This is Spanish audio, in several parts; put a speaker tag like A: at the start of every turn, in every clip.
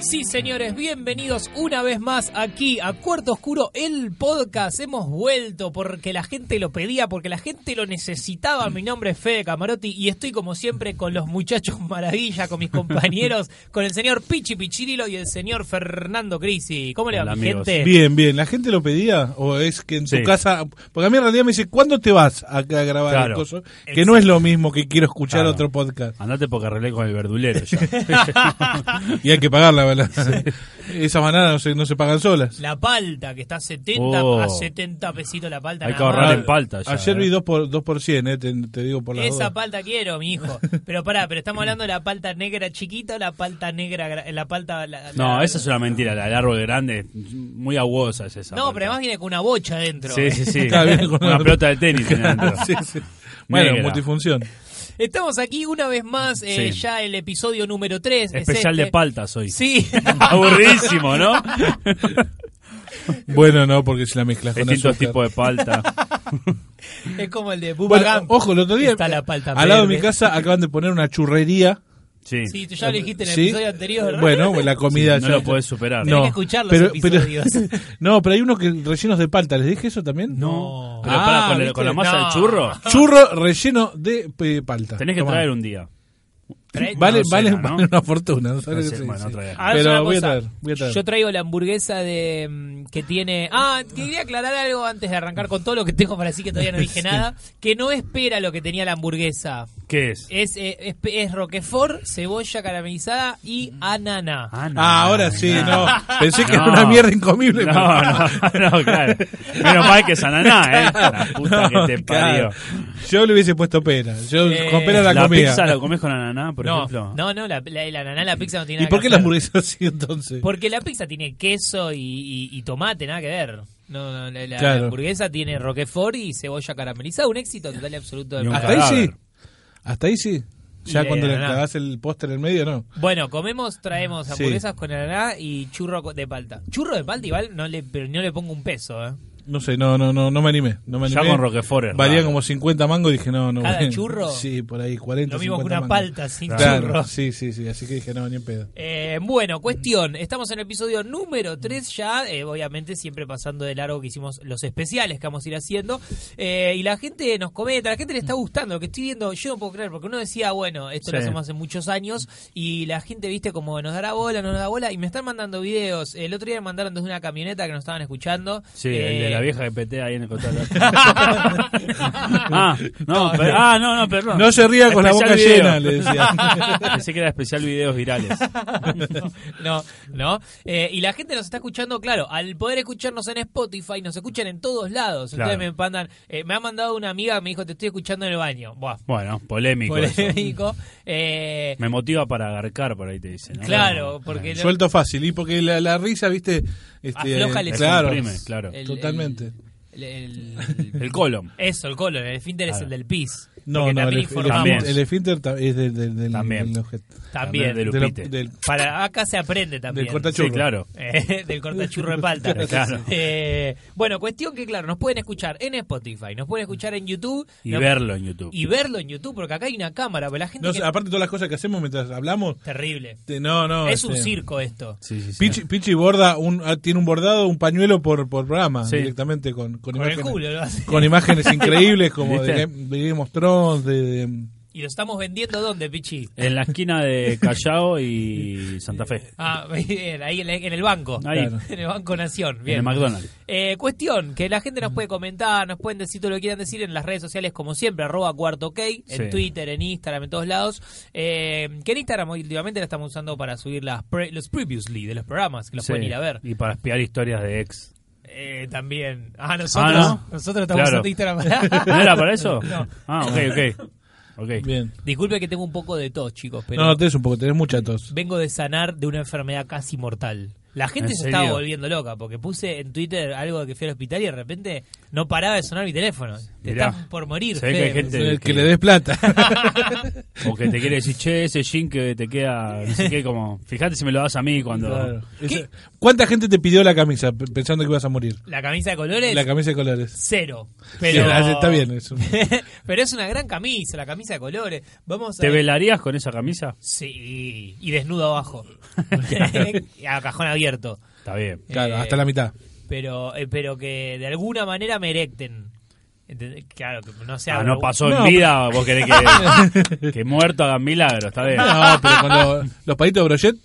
A: Sí, señores, bienvenidos una vez más aquí a Cuarto Oscuro, el podcast. Hemos vuelto porque la gente lo pedía, porque la gente lo necesitaba. Mi nombre es Fede Camarotti y estoy como siempre con los muchachos maravilla, con mis compañeros, con el señor Pichi Pichirilo y el señor Fernando Crisi. ¿Cómo le va,
B: Hola,
A: mi
B: amigos.
A: gente?
C: Bien, bien. ¿La gente lo pedía? ¿O es que en tu
B: Eh. Sí.
C: casa.? Porque a mí en realidad me dice, ¿cuándo te vas acá a grabar el
B: Claro.
C: coso? Que no es lo mismo que quiero escuchar
B: Claro.
C: otro podcast.
B: Andate porque arreglé con el verdulero ya.
C: Y hay que pagarla, ¿verdad? Esas bananas no se, no se pagan solas.
A: La palta, que está a 70,
B: Oh.
A: a 70 pesitos la palta.
B: Hay
A: nada
B: que ahorrar
A: más.
B: en palta ya,
C: Ah, Ayer
B: eh.
C: vi 2 por, dos por 100, eh, te, te digo por la.
A: Esa palta quiero, mi hijo. Pero pará, pero estamos hablando de la palta negra chiquita o la palta negra, gra- la palta... la- la-
B: No, esa es una mentira, la del árbol grande, muy aguosa es esa.
A: No, pero además viene con una bocha adentro. eh.
B: Sí, sí, sí.
C: Claro, viene con
B: una
C: una-
B: pelota de tenis tiene adentro.
C: Bueno,
B: Negra.
C: multifunción.
A: Estamos aquí una vez más, eh,
B: Sí.
A: ya el episodio número 3.
B: Especial de paltas hoy.
A: este. Sí.
B: Aburridísimo, ¿no?
C: Bueno, no, porque si la mezclas con
B: Distintos
C: azúcar.
B: tipos de palta.
A: es como el de
C: Bueno,
A: Bubagam.
C: ojo, el otro día,
A: Está la palta
C: al lado de
A: verde.
C: mi casa, acaban de poner una churrería.
B: Sí.
A: Sí, tú ya lo dijiste en el
C: Eh, Sí.
A: episodio anterior, ¿verdad?
C: Bueno, la
B: Sí,
C: comida.
B: no
C: ya-
B: lo podés superar.
A: Tenés que escuchar los episodios.
C: no, Ah, pero hay uno que rellenos de palta. ¿Les dije eso también?
A: No.
B: Pero
C: Ah,
B: para, con, el-
C: ¿viste?
B: con la masa
A: No.
B: del churro,
C: Churro relleno de eh, palta.
B: tenés que
C: Tomá.
B: traer un día.
A: Trae-
C: Vale,
B: no,
C: vale,
B: cena, ¿no?
C: vale una fortuna. no sabés
B: No sé,
C: qué
B: bueno,
C: sí, sí.
B: otra vez.
A: Ah, es una
C: Pero voy a
A: cosa.
C: traer. Voy a traer.
A: Yo traigo la hamburguesa de mm, que tiene. Ah, quería aclarar algo antes de arrancar con todo lo que tengo para decir que todavía no dije nada. Que no espera lo que tenía la hamburguesa.
B: ¿Qué es?
A: Es, eh, es, es roquefort, cebolla caramelizada y ananá.
B: no,
C: Mm. Ah, ahora sí, no. Pensé que
B: No.
C: era una mierda incomible.
B: No,
C: pero-
B: no, no, claro. Menos mal que es ananá, ¿eh? La puta
C: No,
B: que te parió.
C: claro. Yo le hubiese puesto pera. Yo
A: Eh,
C: con pera la,
B: la
C: comía.
B: pizza la comes con ananá, por
A: no,
B: ejemplo.
A: no, no, la, la, el ananá, la pizza no tiene
C: ¿Y
A: nada
C: por
A: que
C: qué la
A: hacer.
C: hamburguesa así entonces?
A: Porque la pizza tiene queso y, y- y tomate, nada que ver. No, no, la, la- la
C: Claro.
A: hamburguesa tiene roquefort y cebolla caramelizada. Un éxito total y absoluto.
B: Y
A: De
B: un
C: Hasta
A: Mac.
C: ahí sí.
B: cadáver.
C: Hasta ahí sí. Ya
A: Y,
C: cuando
A: eh,
C: le
A: nada.
C: cagás el póster en el medio, no.
A: Bueno, comemos, traemos
C: Sí.
A: hamburguesas con ananá y churro co- de palta. Churro de palta igual no le, pero no le pongo un peso, ¿eh?
C: No sé, no, no, no, no me animé. No me
B: Ya
C: animé.
B: con Roquefort es
C: Valía
B: raro.
C: como 50 mangos, dije no, no.
A: ¿Cada
C: bueno.
A: churro?
C: Sí, por ahí, 40,
A: Lo mismo que
C: 50
A: una
C: mangos.
A: palta sin
C: Claro,
A: churro.
C: sí, sí, sí. Así que dije no, ni en pedo.
A: Eh, bueno, cuestión. Estamos en el episodio número 3 ya. eh, obviamente, siempre pasando de largo que hicimos los especiales que vamos a ir haciendo. Eh, y la gente nos comenta, la gente le está gustando. Lo que estoy viendo, yo no puedo creer, porque uno decía, bueno, esto lo
B: Mm. Sí.
A: hacemos hace muchos años. Y la gente, viste, como nos dará bola, no nos da bola. Y me están mandando videos. El otro día me mandaron desde una camioneta que nos estaban escuchando.
B: Sí,
A: Eh,
B: el de la vieja que petea ahí en el costado. ah, no, per- ah, no, no, perdón.
C: No se ría con la boca
B: Especial video.
C: llena, le decía.
B: Pensé que era especial videos virales.
A: no, no. Eh, y la gente nos está escuchando, claro, al poder escucharnos en Spotify, nos escuchan en todos lados. Ustedes
B: Claro.
A: me mandan, eh, me ha mandado una amiga que me dijo, te estoy escuchando en el baño. Buah,
B: Bueno, polémico. eso.
A: polémico. Eh,
B: Me motiva para agarcar, por ahí te dicen. ¿no?
A: claro, porque lo-
C: Suelto fácil. Y porque la, la risa, viste. Este,
A: Afloja el
C: claro,
B: estómago. Comprime, claro.
A: el-
C: Totalmente.
A: el- el-
B: El colon.
A: eso, el colon, el esfínter es
B: Claro.
A: el del pis.
C: No,
A: porque
C: no, el,
A: también
C: el,
A: informamos.
C: el, esfínter ta- es del, del, del,
B: También.
C: del objeto.
A: También.
B: Del
C: De la-
B: upite.
C: del-
A: Para acá se aprende también.
C: Del cortachurro.
B: Sí, claro.
A: Eh, del cortachurro de palta.
B: Claro.
A: Eh, bueno, cuestión que, claro, nos pueden escuchar en Spotify, nos pueden escuchar en YouTube.
B: Y
A: nos-
B: verlo en YouTube.
A: Y verlo en YouTube, porque acá hay una cámara, pero la gente...
C: No,
A: que-
C: aparte, todas las cosas que hacemos mientras hablamos.
A: Terrible.
C: te- No, no.
A: es un
C: este,
A: circo esto.
B: Sí, sí, sí.
C: Pichi, Pichi borda un, ah, tiene un bordado, un pañuelo por, por programa
B: Sí.
C: directamente con, con,
A: Con el
C: imágenes,
A: culo lo hace.
C: con imágenes increíbles como
B: ¿Viste?
C: de Game de Game of Thrones, de, de-
A: ¿Y lo estamos vendiendo dónde, Pichi?
B: En la esquina de Callao y Santa Fe.
A: Ah, bien, ahí en, en el banco.
B: Ahí.
C: Claro.
A: En el Banco Nación. Bien.
B: En el McDonald's. Mm.
A: Eh, cuestión, que la gente nos puede comentar, nos pueden decir todo lo que quieran decir en las redes sociales, como siempre, arroba cuarto ok, en
B: Sí.
A: Twitter, en Instagram, en todos lados. Eh, que en Instagram últimamente la estamos usando para subir las pre- los previously de los programas, que los
B: Sí.
A: pueden ir a ver.
B: Y para espiar historias de ex.
A: Eh, también. Ah, nosotros,
B: Ah, ¿no?
A: nosotros estamos
B: Claro.
A: usando Instagram para...
B: ¿No era para eso?
A: No.
B: Ah, ok, ok. okay.
C: Bien.
A: Disculpe que tengo un poco de tos, chicos, pero
C: No, no, tenés un poco, tenés mucha tos.
A: vengo de sanar de una enfermedad casi mortal. La gente
B: ¿En
A: se estaba
B: serio?
A: volviendo loca porque puse en Twitter algo de que fui al hospital y de repente no paraba de sonar mi teléfono. Te
B: Mirá.
A: estás por morir.
B: Se ve que hay
A: Fede.
B: gente-
C: El que le des plata.
B: O que te quiere decir, che, ese jean que te queda, no sé qué, como, fíjate si me lo das a mí cuando...
C: Claro.
A: ¿Qué?
C: Esa- ¿Cuánta gente te pidió la camisa p- pensando que ibas a morir?
A: La camisa de colores,
C: La camisa de colores.
A: cero. Pero...
C: Sí, está bien. es un-
A: pero es una gran camisa, la camisa de colores. Vamos a
B: ¿Te
A: ver-
B: velarías con esa camisa?
A: Sí, y desnudo abajo. a cajón abierto.
B: Está bien.
C: Claro,
A: Eh,
C: hasta la mitad.
A: Pero, eh, pero que de alguna manera me erecten. Ente- Claro, que no sea.
B: Ah, no pasó
C: No,
B: en vida, vos querés que, que muerto hagan milagros, está bien.
C: No, pero con lo- los palitos de brochet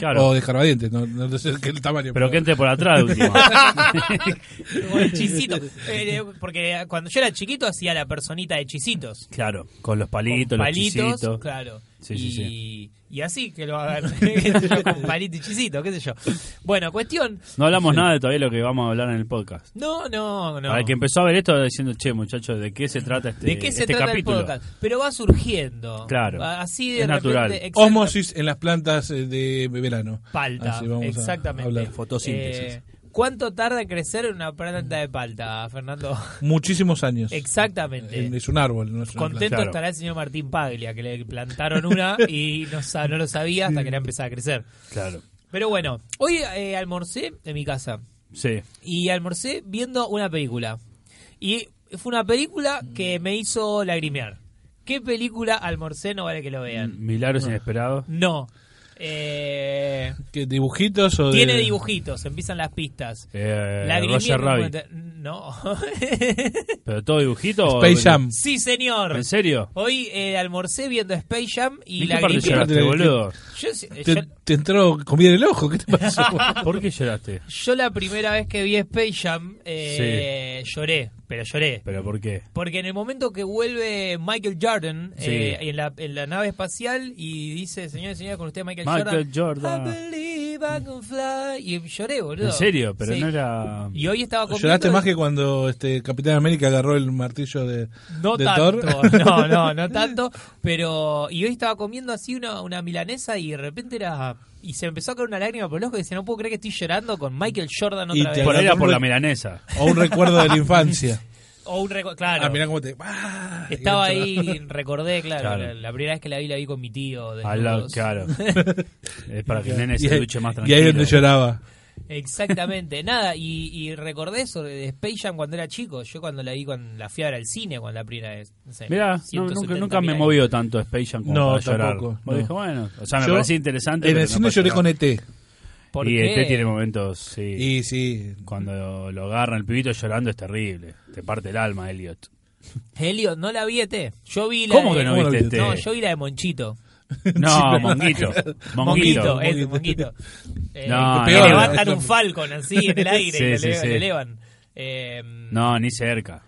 B: Claro.
C: o de escarbadientes, no, no sé qué el tamaño.
B: Pero que entre por atrás de última.
A: Como hechicito. Eh, eh, porque cuando yo era chiquito hacía la personita de hechicitos.
B: Claro, con los
A: Con
B: palitos, los
A: palitos,
B: chisitos.
A: claro.
B: Sí,
A: y,
B: sí,
A: y así que lo hagan qué sé yo, con palito y chisito, qué sé yo. Bueno, cuestión.
B: No hablamos nada de todavía lo que vamos a hablar en el podcast.
A: No, no, no.
B: Para el que empezó a ver esto diciendo, che, muchachos, ¿de qué se trata este,
A: ¿De qué se
B: este
A: trata
B: capítulo?
A: el podcast? Pero va surgiendo.
B: Claro.
A: Va- Así de
B: Es
A: repente,
B: natural.
A: exacto.
C: Osmosis en las plantas eh, de verano.
A: Palta,
C: Así vamos a
A: exactamente.
C: hablar.
B: Fotosíntesis.
A: Eh, ¿Cuánto tarda en crecer una planta de palta, Fernando?
C: Muchísimos años.
A: Exactamente.
C: Es un árbol. No es una
A: Contento
B: Claro.
A: estará el señor Martín Paglia, que le plantaron una y no, sa- no lo sabía hasta que la empezaba a crecer.
B: Claro.
A: Pero bueno, hoy eh, almorcé en mi casa
B: Sí.
A: y almorcé viendo una película. Y fue una película
B: Mm.
A: que me hizo lagrimear. ¿Qué película almorcé? No vale que lo vean.
B: Milagros inesperados.
A: No. Eh,
C: planta. ¿Qué, ¿Dibujitos o de-
A: tiene dibujitos, empiezan las pistas.
B: Eh,
A: Lagrimia
B: Roger
A: en un
B: Rabbit.
A: momento- No.
B: ¿Pero todo dibujito? o-
C: Space Jam.
A: sí, señor.
B: ¿En serio?
A: Hoy eh, almorcé viendo Space Jam y
B: ¿Y
A: la
B: qué parte
C: lloraste?
B: lloraste, boludo?
A: Yo, si- yo-
C: ¿Te, te entró comida en el ojo? ¿Qué te pasó?
A: Ah.
B: ¿Por qué lloraste?
A: yo la primera vez que vi Space Jam eh, lloré, pero lloré.
B: ¿Pero por qué?
A: Porque en el momento que vuelve Michael Jordan
B: Sí.
A: eh, en, la, en la nave espacial y dice, señores y señores, con usted Michael,
B: Michael Jordan.
A: I believe I can fly. Y lloré, boludo.
B: ¿En serio? Pero
A: Sí.
B: no era...
A: Y hoy estaba comiendo...
C: Lloraste más que cuando este Capitán América agarró el martillo de,
A: No
C: de
A: tanto,
C: Thor.
A: no, no, no tanto. Pero, y hoy estaba comiendo así una, una milanesa y de repente era. Y se me empezó a caer una lágrima por el ojo y dice: No puedo creer que estoy llorando con Michael Jordan
C: Y
A: otra
C: te-
A: vez.
B: Por ahí era por
C: Pero-
B: la milanesa.
C: O un recuerdo de la infancia.
A: O un reco- Claro.
C: Ah, mirá cómo te. ¡Ah!
A: estaba
C: Y
A: ahí, recordé, claro.
B: Claro.
A: La, la primera vez que la vi, la vi con mi tío.
B: Al lado,
A: desnudos.
B: claro. es para que el nene
C: Y
B: se
C: ahí-
B: duche más
C: Y
B: tranquilo.
C: ahí donde lloraba.
A: Exactamente, nada. Y, y recordé eso de Space Jam cuando era chico. Yo cuando la vi con la fiebre al cine, cuando la primera vez. no sé,
B: Mirá, no,
A: 170
B: nunca, nunca me
A: mil años.
B: movió tanto Space Jam como
C: No,
B: para llorar.
C: tampoco,
B: Vos
C: no.
B: dije, bueno, o sea, me
C: Yo-
B: parecía interesante.
C: En
B: pero
C: el
B: no
C: cine
B: para
C: lloré
B: llorar.
C: con ET.
A: ¿Por
B: Y
A: qué?
B: este tiene momentos, sí.
C: Y sí.
B: Cuando lo agarran el pibito llorando es terrible. Te parte el alma, Elliot.
A: Elliot, no la vi ET. Yo vi la
B: ¿Cómo
A: de-
B: que no
C: ¿cómo lo
B: viste
C: viste?
B: este?
A: No, yo vi la de Monchito.
B: No, Monguito.
A: Monguito,
B: Monguito.
A: eso, Monguito. Eh,
B: No,
A: que
C: no, no.
A: levantan un falcon así en el aire y
B: Sí,
A: lo,
B: sí,
A: elevan-
B: sí.
A: lo elevan. Eh, no.
B: No, ni cerca.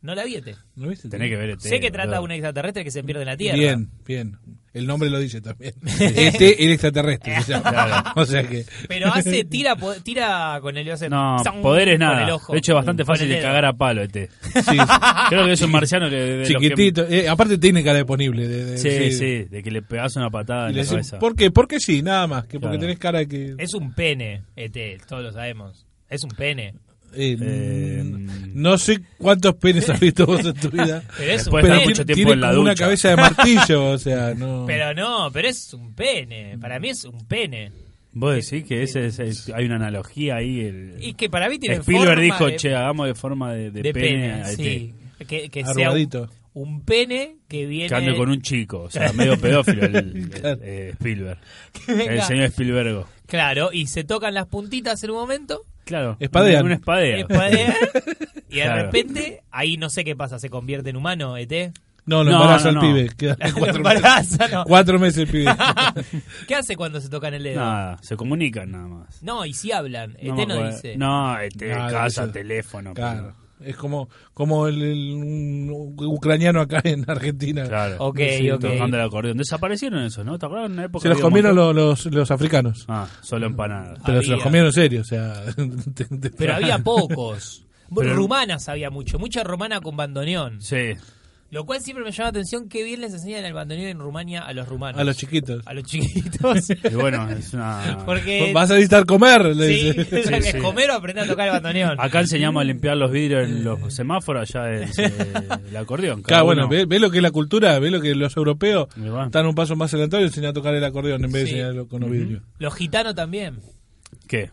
A: la viete.
C: ¿No viste?
B: Tenés que ver ET,
A: Sé que trata a
B: boludo.
A: un extraterrestre que se pierde en la Tierra.
C: Bien, bien. El nombre lo dice también. este, el extraterrestre. se llama.
B: Claro.
C: O sea que.
A: Pero hace, tira, po- tira con el... hace
B: No,
A: zang
B: poderes
A: con
B: nada.
A: el ojo.
B: de hecho, bastante
A: Con
B: fácil
A: el
B: de
A: dedo.
B: cagar a palo este.
C: Sí,
B: Creo que es un marciano que... de los que-
C: chiquitito. Eh, aparte, tiene cara de ponible. de- de-
B: Sí, sí, de que le pegas una patada
C: Y
B: en
C: le
B: la
C: decís,
B: cabeza.
C: ¿Por qué? Porque sí, nada más. Que porque
B: Claro.
C: tenés cara que.
A: Es un pene, ET, todos lo sabemos. Es un pene.
C: eh,
B: Eh,
C: no sé cuántos penes has visto vos en tu vida.
A: Pero es
B: Después
A: un
B: de
A: pene.
B: pues, mucho tiempo en la
C: como una
B: ducha.
C: cabeza de martillo, o sea, no.
A: Pero no, pero es un pene. Para mí es un pene.
B: Vos decís que ese, es- es- hay una analogía ahí. El,
A: Y que para mí tiene
B: Spielberg
A: forma
B: dijo,
A: de-
B: che, hagamos de forma de, de
A: de
B: pene,
A: pene,
B: a E este ET".
A: sí. Que, que sea un,
C: Arrugadito.
A: un pene que viene.
B: Que ande con un chico, o sea, medio pedófilo el, el- eh, Spielberg.
A: que venga-
B: El señor Spielbergo.
A: Claro, y se tocan las puntitas en un momento.
B: Claro.
C: Espadean.
B: Un espadea.
A: espadea, y de
B: Claro.
A: repente, ahí no sé qué pasa, se convierte en humano, E ET.
C: No, lo
B: No,
C: embaraza
B: no,
C: al
B: no.
C: pibe. queda
A: Lo
C: cuatro,
A: embaraza, no.
C: cuatro meses el pibe.
A: ¿Qué hace cuando se tocan el dedo?
B: Nada, se comunican nada más.
A: No, y si hablan,
B: me
A: ET no
B: acuerdo.
A: dice.
B: No, este,
C: Nada,
B: casa,
C: eso.
B: teléfono.
C: Claro. Es como, como el, el- un ucraniano acá en Argentina.
B: pero- claro.
A: Ok,
B: Sí,
A: ok.
B: Tocando el acordeón. Desaparecieron esos, ¿no? ¿Te acuerdas? En una época
C: Se los
B: había un
C: comieron
B: montón-
C: los, los, los africanos.
B: Ah, solo empanadas.
C: Pero se los
A: Había.
C: comieron en serio, o sea. te- te-
A: Pero había pocos.
B: Pero-
A: rumanas había mucho, mucha romana con bandoneón.
B: Sí.
A: Lo cual siempre me llama la atención qué bien les enseñan el bandoneón en Rumania a los rumanos.
C: A los chiquitos.
A: A los chiquitos.
B: Y bueno, es una...
A: Porque.
C: Vas a necesitar comer, le
A: Sí,
C: dice.
A: es
B: sí.
A: comer o aprender a tocar el bandoneón.
B: Acá enseñamos a limpiar los vidrios en los semáforos, allá es eh, el acordeón.
C: Claro, bueno,
B: uno.
C: ve, ve lo que es la cultura, ve lo que los europeos
B: Ahí va.
C: están un paso más adelantado y enseñan a tocar el acordeón en vez
A: Sí.
C: de enseñarlo con los vidrios.
A: Los gitanos también.
B: ¿Qué?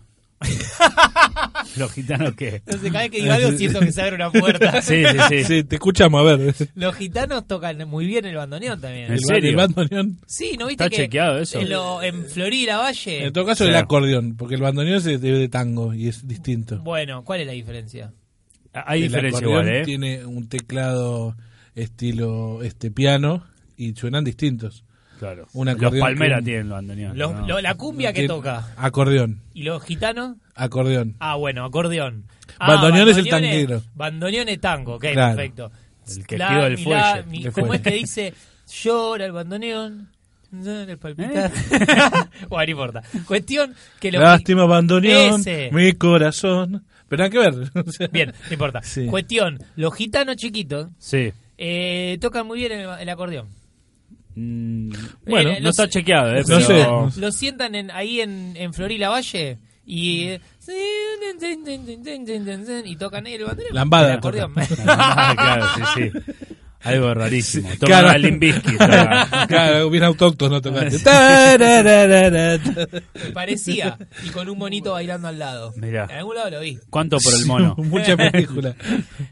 B: ¿Los gitanos qué?
A: Entonces, cada vez que digo algo siento que se abre una puerta.
B: Sí, sí, sí.
C: Sí, te escuchamos, a ver.
A: Los gitanos tocan muy bien el bandoneón también.
B: ¿En
C: El ba- el
B: serio?
C: bandoneón.
A: Sí, ¿no viste
B: Está
A: que
B: chequeado eso.
A: En, lo- en Florida Valle.
C: En todo caso, el
B: Claro.
C: acordeón, porque el bandoneón es de, de tango y es distinto.
A: Bueno, ¿cuál es la diferencia?
B: Hay
C: El
B: diferencia
C: acordeón
B: igual, ¿eh?
C: Tiene un teclado estilo este piano y suenan distintos.
B: Claro.
C: un
B: los
C: acordeón
B: palmeras
C: con-
B: tienen los bandoneones.
A: Los-
B: ¿no?
A: lo- la cumbia que
C: Tiene-
A: toca.
C: Acordeón,
A: ¿Y los gitanos?
C: acordeón.
A: Ah, bueno, acordeón. Ah,
C: Bandoneón es el
A: bandoneón es-
C: tanguero.
A: Bandoneón es tango, ok,
C: Claro.
A: perfecto.
B: El que
A: La,
B: esquiva el
A: mi, la,
B: fuelle.
A: mi-
C: El
A: ¿Cómo
C: fuelle.
A: es que dice? Llora el bandoneón. llora el palpitar.
B: ¿Eh?
A: bueno, no importa. Cuestión que lo
C: Lástima, bandoneón,
A: Ese.
C: mi corazón. Pero nada que ver. o sea,
A: Bien, no importa.
C: Sí.
A: Cuestión, los gitanos chiquitos
B: Sí.
A: eh, tocan muy bien el, el acordeón.
B: Mm,
A: Bueno,
B: bueno,
A: no
B: no está
A: sé.
B: chequeado, ¿eh?
C: No
B: Pero-
C: sé.
A: Lo sientan en, ahí en, en Florida Valle y eh, y tocan el bandoneón.
C: Lambada.
A: El acordeón.
B: Ah, claro, sí, sí. Algo rarísimo. Toma
C: Claro.
B: el Limbisky. toma.
C: Claro, bien autóctono tocaste. Tararararara.
A: Parecía. Y con un monito bailando al lado.
B: Mirá.
A: En algún lado lo vi.
B: ¿Cuánto por el mono?
C: Mucha película.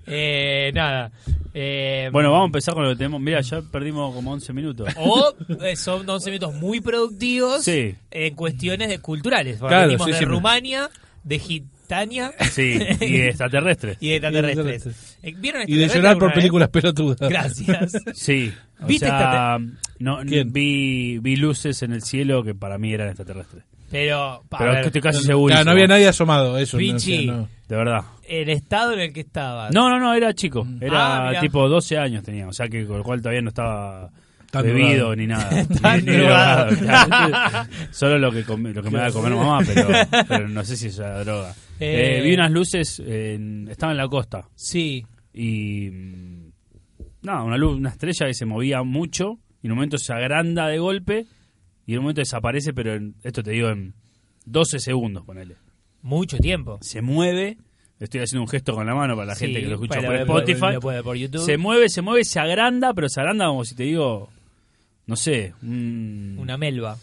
A: Eh, nada. Eh,
B: Bueno, vamos a empezar con lo que tenemos. Mira, ya perdimos como 11 minutos.
A: O eh, son 11 minutos muy productivos
B: Sí.
A: en cuestiones de- culturales.
C: Claro,
A: Venimos
C: sí,
A: de
C: sí.
A: Rumania, de Gitania
B: Sí, y extraterrestre.
A: y de extraterrestres. Eh, ¿Vieron
C: Y de
A: extraterrestres
C: llorar por
A: alguna vez?
C: películas pelotudas.
A: Gracias.
B: Sí. O
A: ¿Viste
B: sea, no,
C: ¿Quién?
B: vi, vi luces en el cielo que para mí eran extraterrestres.
A: Pero, pa-
B: Pero
A: a ver,
B: estoy casi seguro.
C: Claro, no había nadie asomado, eso. no, o sea,
A: Pichi.
C: no.
B: De verdad.
A: el estado en el que estaba.
B: No, no, no, era chico.
A: Ah,
B: Era
A: mirá.
B: tipo 12 años tenía. O sea que con lo cual todavía no estaba
C: Tan
B: bebido
C: drogado.
B: ni nada.
A: Tan
B: Ni- ni
A: drogado.
B: claro. Solo lo que, com- lo que me daba de comer mamá, pero, pero no sé si eso era droga.
A: Eh.
B: Eh, vi unas luces, en- estaba en la costa.
A: Sí.
B: Y. mm, Nada, una luz, una estrella que se movía mucho. Y en un momento se agranda de golpe. Y en un momento desaparece, pero en- esto te digo en 12 segundos, ponele
A: Mucho tiempo.
B: se mueve. Estoy haciendo un gesto con la mano para la
A: Sí,
B: gente que lo escucha
A: para-
B: por
A: lo-
B: Spotify.
A: lo puede por YouTube.
B: Se mueve, se mueve, se agranda, pero se agranda como si te digo, no sé, un,
A: Una melva.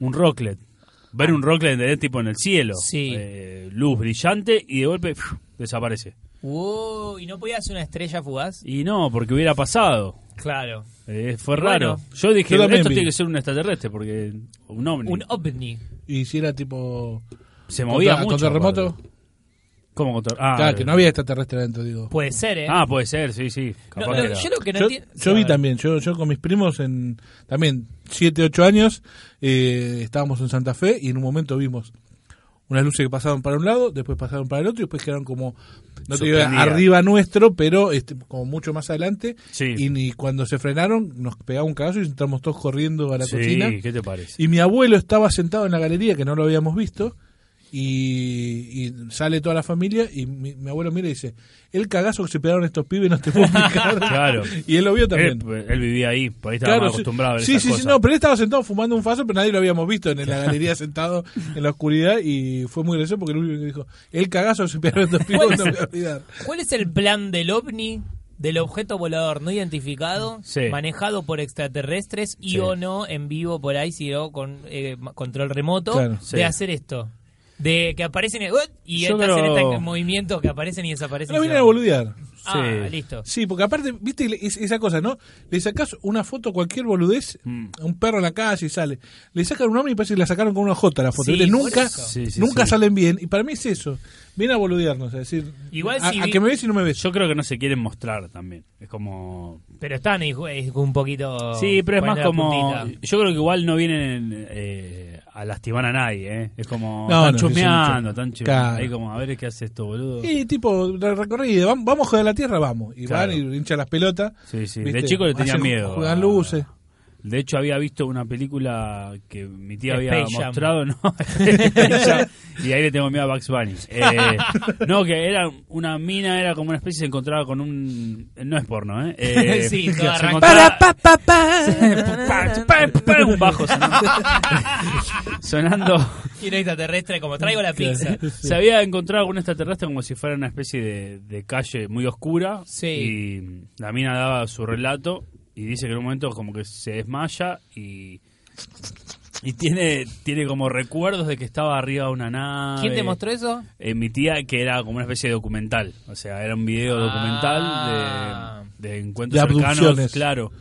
B: un rocklet. Ver un rocklet de tipo en el cielo.
A: Sí.
B: Eh, luz brillante y de golpe ¡fiu! desaparece.
A: Wow, ¿Y no podías una estrella fugaz?
B: Y no, porque hubiera pasado.
A: Claro.
B: Eh, fue
A: Y bueno,
B: raro. Yo dije,
C: yo también
B: esto
C: vi.
B: tiene que ser un extraterrestre, porque un ovni.
A: Un ovni.
C: Y si era tipo.
B: se movía
C: contra-
B: mucho.
C: contra remoto.
B: aparte. ¿Cómo contra- Ah,
C: claro, que no había extraterrestre adentro, digo.
A: Puede ser, ¿eh?
B: ah, puede ser, sí, sí.
A: No,
B: Capaz
A: no,
B: que era.
A: yo lo que no
C: yo,
A: enti-
C: yo
A: a
C: vi
A: ver.
C: también, yo, yo con mis primos en también 7, 8 años, eh, estábamos en Santa Fe y en un momento vimos unas luces que pasaron para un lado, después pasaron para el otro y después quedaron como, no te digo
B: Suspendidas.
C: arriba nuestro, pero este, como mucho más adelante.
B: Sí.
C: Y, ni cuando se frenaron nos pegaba un cagazo y entramos todos corriendo a la
B: Sí,
C: cocina.
B: ¿qué te parece?
C: Y mi abuelo estaba sentado en la galería, que no lo habíamos visto, y, y sale toda la familia, y mi, mi abuelo mira y dice, el cagazo que se pegaron estos pibes no te puedo explicar.
B: Claro.
C: Y él lo vio también.
B: Eh, Él, él vivía ahí, por ahí estaba
C: Claro,
B: más acostumbrado a ver
C: sí,
B: esas
C: sí, sí,
B: cosas.
C: no, pero él estaba sentado fumando un faso, pero nadie lo habíamos visto en la galería sentado en la oscuridad y fue muy gracioso porque el único que dijo, el cagazo que se pegaron estos pibes no me voy a olvidar.
A: ¿Cuál es el plan del ovni, del objeto volador no identificado,
B: Sí.
A: manejado por extraterrestres y
B: Sí.
A: o no en vivo por ahí, si no con eh, ma- control remoto,
C: Claro.
A: de
B: Sí.
A: hacer esto? De que aparecen y- ¡ut! y
B: Yo
A: hacen
B: creo-
A: estos movimientos que aparecen y desaparecen.
C: No
A: y se
C: vienen a
A: van.
C: boludear.
A: Ah,
B: Sí.
A: listo.
C: Sí, porque aparte, viste es- esa cosa, ¿no? Le sacás una foto a cualquier boludez,
B: Mm.
C: a un perro en la calle y sale. Le sacan un hombre y parece que la sacaron con una J la foto.
A: Sí,
C: ¿viste?
A: por
C: Nunca,
A: eso.
B: Sí, sí,
C: nunca
B: sí.
C: salen bien. Y para mí es eso. Viene a boludearnos, es decir,
A: Igual
C: a,
A: si
C: a
A: vi-
C: que me ves y no me ves.
B: Yo creo que no se quieren mostrar también. Es como.
A: Pero están ahí, eh, un poquito.
B: Sí, pero es más
A: poniendo la
B: como.
A: puntita.
B: Yo creo que igual no vienen eh, a lastimar a nadie, ¿eh? Es como.
C: No,
B: están
C: no,
B: chumeando,
C: sí, sí, sí.
B: están chumeando.
C: Claro.
B: Ahí como, a ver qué hace esto, boludo.
C: Y tipo, la recorrida, vam- vamos a joder la tierra, vamos. Y
B: Claro.
C: van y hinchan las pelotas.
B: Sí, sí. De
C: ¿viste?
B: chico le tenía
C: Hacen-
B: miedo.
C: Juegan
B: a-
C: luces.
B: De hecho, había visto una película que mi tía había
A: Space Jam.
B: mostrado, ¿no? Space Jam. y ahí le tengo miedo a Bugs Bunny. Eh, no, que era una mina, era como una especie, se encontraba con un... No es porno, ¿eh? Eh,
A: Sí, todo
B: se
A: arranca.
B: encontraba- un bajo sonando. sonando.
A: Y un extraterrestre como traigo la pizza.
B: Se había encontrado con un extraterrestre como si fuera una especie de, de calle muy oscura.
A: Sí.
B: Y la mina daba su relato y dice que en un momento como que se desmaya y. Y tiene, tiene como recuerdos de que estaba arriba de una nave.
A: ¿Quién te mostró eso?
B: Eh, mi tía, que era como una especie de documental. O sea, era un video
A: Ah.
B: documental de, de encuentros
C: De
B: cercanos.
C: abducciones.
B: Claro,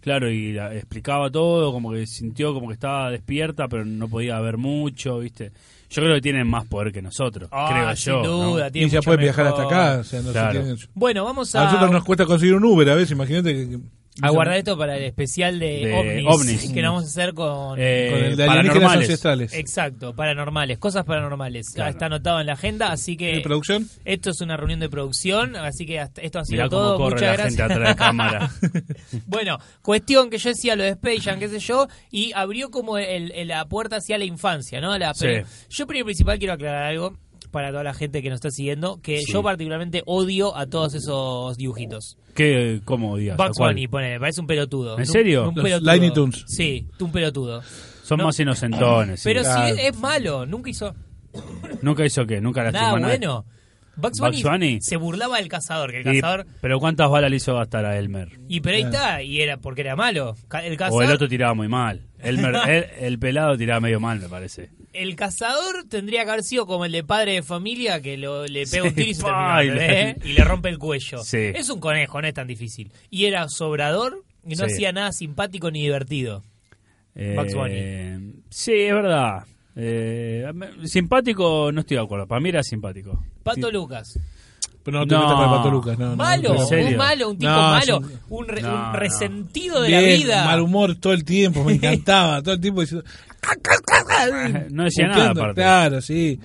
B: claro, y la- explicaba todo, como que sintió como que estaba despierta, pero no podía ver mucho, ¿viste? Yo creo que tienen más poder que nosotros,
A: Ah,
B: creo
A: sin
B: yo. ¿no?
A: duda, tiene
C: Y ya
A: mucho
C: pueden viajar hasta
A: mejor.
C: acá. O sea, no se
B: Claro.
C: tienen-
A: Bueno, vamos
C: A
A: a,
C: nosotros nos cuesta conseguir un Uber a veces, imagínate que... que-
A: a guardar esto para el especial de,
B: De
A: ovnis,
B: ovnis.
A: que vamos a hacer con...
B: Eh,
C: con el de alienígenas
B: paranormales.
C: ancestrales.
A: Exacto, paranormales, cosas paranormales.
B: Claro.
A: Está anotado en la agenda, así
B: Eh.
A: que...
C: ¿De producción?
A: Esto es una reunión de producción, así que hasta- esto ha sido
B: Mirá cómo
A: todo.
B: corre
A: Muchas
B: la
A: gracias.
B: gente atrás de cámara.
A: Bueno, cuestión que yo decía lo de Space Jam, qué sé yo, y abrió como el- el- la puerta hacia la infancia, ¿no? La,
B: Sí.
A: pero Yo primero y principal quiero aclarar algo para toda la gente que nos está siguiendo, que
B: Sí.
A: yo particularmente odio a todos esos dibujitos.
B: ¿Qué, ¿Cómo odias? ¿A
A: Bugs
B: cuál?
A: Bunny, ponele, me parece un pelotudo.
B: ¿En
A: Un-
B: serio?
A: Un
C: Los
A: pelotudo.
C: Looney Tunes.
A: Sí, un pelotudo.
B: Son
A: No.
B: más inocentones. sí.
A: Pero
C: Ah.
A: sí, es malo, nunca hizo
B: Nunca hizo qué, nunca lastimó
A: nada
B: a nadie.
A: bueno. Bugs Bunny,
B: Bugs Bunny.
A: se burlaba del cazador, que el
B: Y-
A: cazador...
B: pero ¿cuántas balas le hizo gastar a Elmer?
A: Y pero ahí está, y era porque era malo. Ca- El
B: O
A: cazador,
B: el otro tiraba muy mal. Elmer, el, el pelado tiraba medio mal, me parece.
A: el cazador tendría que haber sido como el de padre de familia que lo, le pega un tiro y, se
B: pa,
A: termina,
B: y le-
A: ¿eh? y le rompe el cuello.
B: Sí.
A: Es un conejo, no es tan difícil. Y era sobrador y no
B: Sí.
A: hacía nada simpático ni divertido. Bugs Bunny.
B: Eh, Sí, es verdad. Eh, me- simpático, no estoy de acuerdo. Para mí era simpático.
A: Pato Lucas.
C: Pero no te
B: No.
C: metas con el Pato Lucas, no. no,
A: Malo,
B: ¿en
C: no, pero-
B: serio?
A: un malo, un tipo
C: No,
A: malo,
C: sí.
A: un, re-
B: No,
A: un
B: no.
A: resentido de la
C: Bien,
A: vida.
C: Mal humor todo el tiempo, me encantaba. todo el tiempo diciendo.
A: Ah,
B: No decía nada,
C: Puteando,
B: aparte.
C: Claro, sí.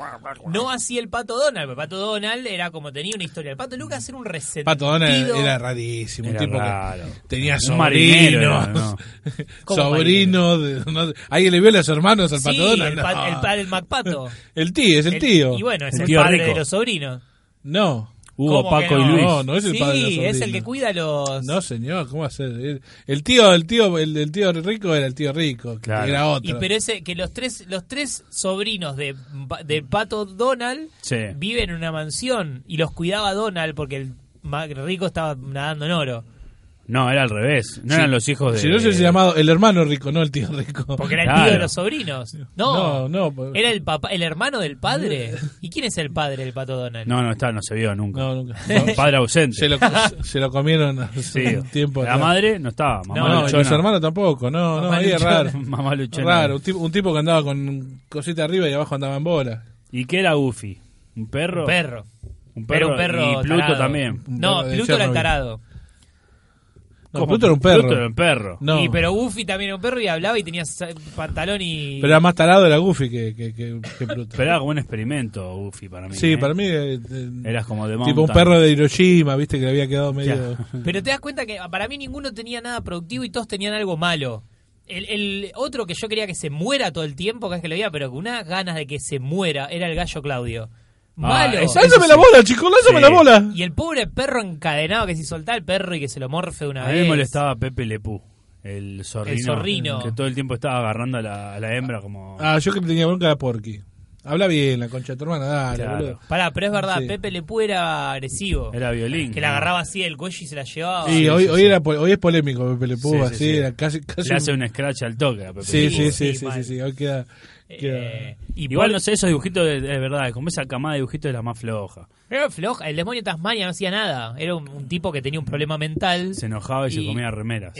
A: No así el Pato Donald, porque Pato Donald era como tenía una historia. El Pato Lucas era un resentido.
C: Pato Donald era rarísimo.
B: Era
C: un tipo
B: raro.
C: que tenía
B: Un marinero era,
C: sobrinos.
B: ¿no?
A: ¿Cómo
C: sobrinos. de- no sé, ¿Alguien le vio a los hermanos al
A: Sí,
C: Pato Donald?
A: el, pa-
C: No.
A: el pa- el MacPato.
C: El tío, es el, tío.
A: Y bueno, es
B: El
A: el,
B: tío
A: padre
B: rico.
A: de los sobrinos.
C: No.
B: Hugo,
A: ¿Cómo que
B: Paco y
A: no?
B: Luis.
C: No, no es el
A: sí,
C: padre de los
A: es el
C: sobrinos.
A: que cuida a los.
C: No, señor, ¿cómo hacer? El- El tío, el tío, el, el tío rico era el tío rico, que
B: Claro.
C: era
A: y
C: otro.
A: pero ese que los tres los tres sobrinos de, de Pato Donald
B: Sí.
A: viven en una mansión y los cuidaba Donald porque el ma- rico estaba nadando en oro.
B: No, era al revés. No
C: Sí.
B: eran los hijos de.
C: Si no se hubiese llamado el hermano rico, no el tío rico.
A: Porque era el
B: Claro.
A: tío de los sobrinos. No.
C: No, no, por-
A: Era el papá, el hermano del padre. ¿Y quién es el padre del Pato Donald?
B: No, no está, no se vio nunca.
C: No, nunca.
B: Padre ausente.
C: se, lo, se lo comieron hace
B: Sí.
C: un tiempo.
B: La
C: atrás.
B: madre no estaba. Mamá
C: No,
A: no,
C: y
B: luchona.
C: los hermanos tampoco. No, no,
A: Mamá
C: ahí es
A: luchona.
C: raro.
B: Mamá luchona.
C: Raro, un tipo, un tipo que andaba con cosita arriba y abajo andaba en bola.
B: ¿Y qué era Goofy? ¿Un perro?
A: Un perro.
B: Un
A: Era
B: perro.
A: un perro.
B: Y Pluto
A: tarado.
B: también.
C: Un
A: No,
C: perro de
A: Pluto era el
C: Chernobyl.
A: tarado.
C: No,
B: ¿Cómo?
C: Pluto era un perro.
B: Pluto era un perro.
C: No,
A: Y, pero Goofy también era un perro y hablaba y tenía sa- pantalón y.
C: pero era más tarado era Goofy que, que, que- que Pluto.
B: Pero era como un experimento, Goofy, para mí.
C: sí,
B: ¿eh?
C: para mí. eh, eh,
B: Eras como de
C: tipo un
B: Mountain.
C: perro de Hiroshima, viste, que le había quedado medio.
A: Pero te das cuenta que para mí ninguno tenía nada productivo y todos tenían algo malo. El, el otro que yo quería que se muera todo el tiempo, cada vez que lo veía, pero con unas ganas de que se muera, era el gallo Claudio. Malo.
B: Ah, esa-
C: ¡Lánzame
B: sí.
C: la bola, chicos! ¡Lánzame
B: Sí.
C: la bola!
A: Y el pobre perro encadenado que si soltaba el perro y que se lo morfe de una
B: A mí
A: vez.
B: me molestaba Pepe Lepú, el zorrino,
A: El zorrino.
B: que todo el tiempo estaba agarrando a la, a la hembra como...
C: Ah, yo que le tenía bronca a Porky. Habla bien, la concha de tu hermana, dale,
B: Claro.
C: boludo.
A: Pará, pero es verdad,
C: Sí.
A: Pepe Lepú era agresivo.
B: Era violín.
A: que le agarraba así el cuello y se la llevaba.
C: Y hoy, hoy, era, po- hoy es polémico Pepe Le Pew,
B: Sí, sí,
C: así,
B: sí.
C: era casi. casi
B: Le hace un scratch al toque a Pepe
C: Sí,
B: Lepú.
C: sí, sí,
A: Sí,
C: sí, sí,
A: mal.
C: sí, hoy queda. queda-
A: Eh, y
B: Igual
A: Paul-
B: no sé, esos dibujitos de- es verdad, como esa camada de dibujitos es la más floja.
A: Era floja, el demonio de Tasmania no hacía nada. Era un, un tipo que tenía un problema mental.
B: Se enojaba y, se
A: Y-
B: comía remeras.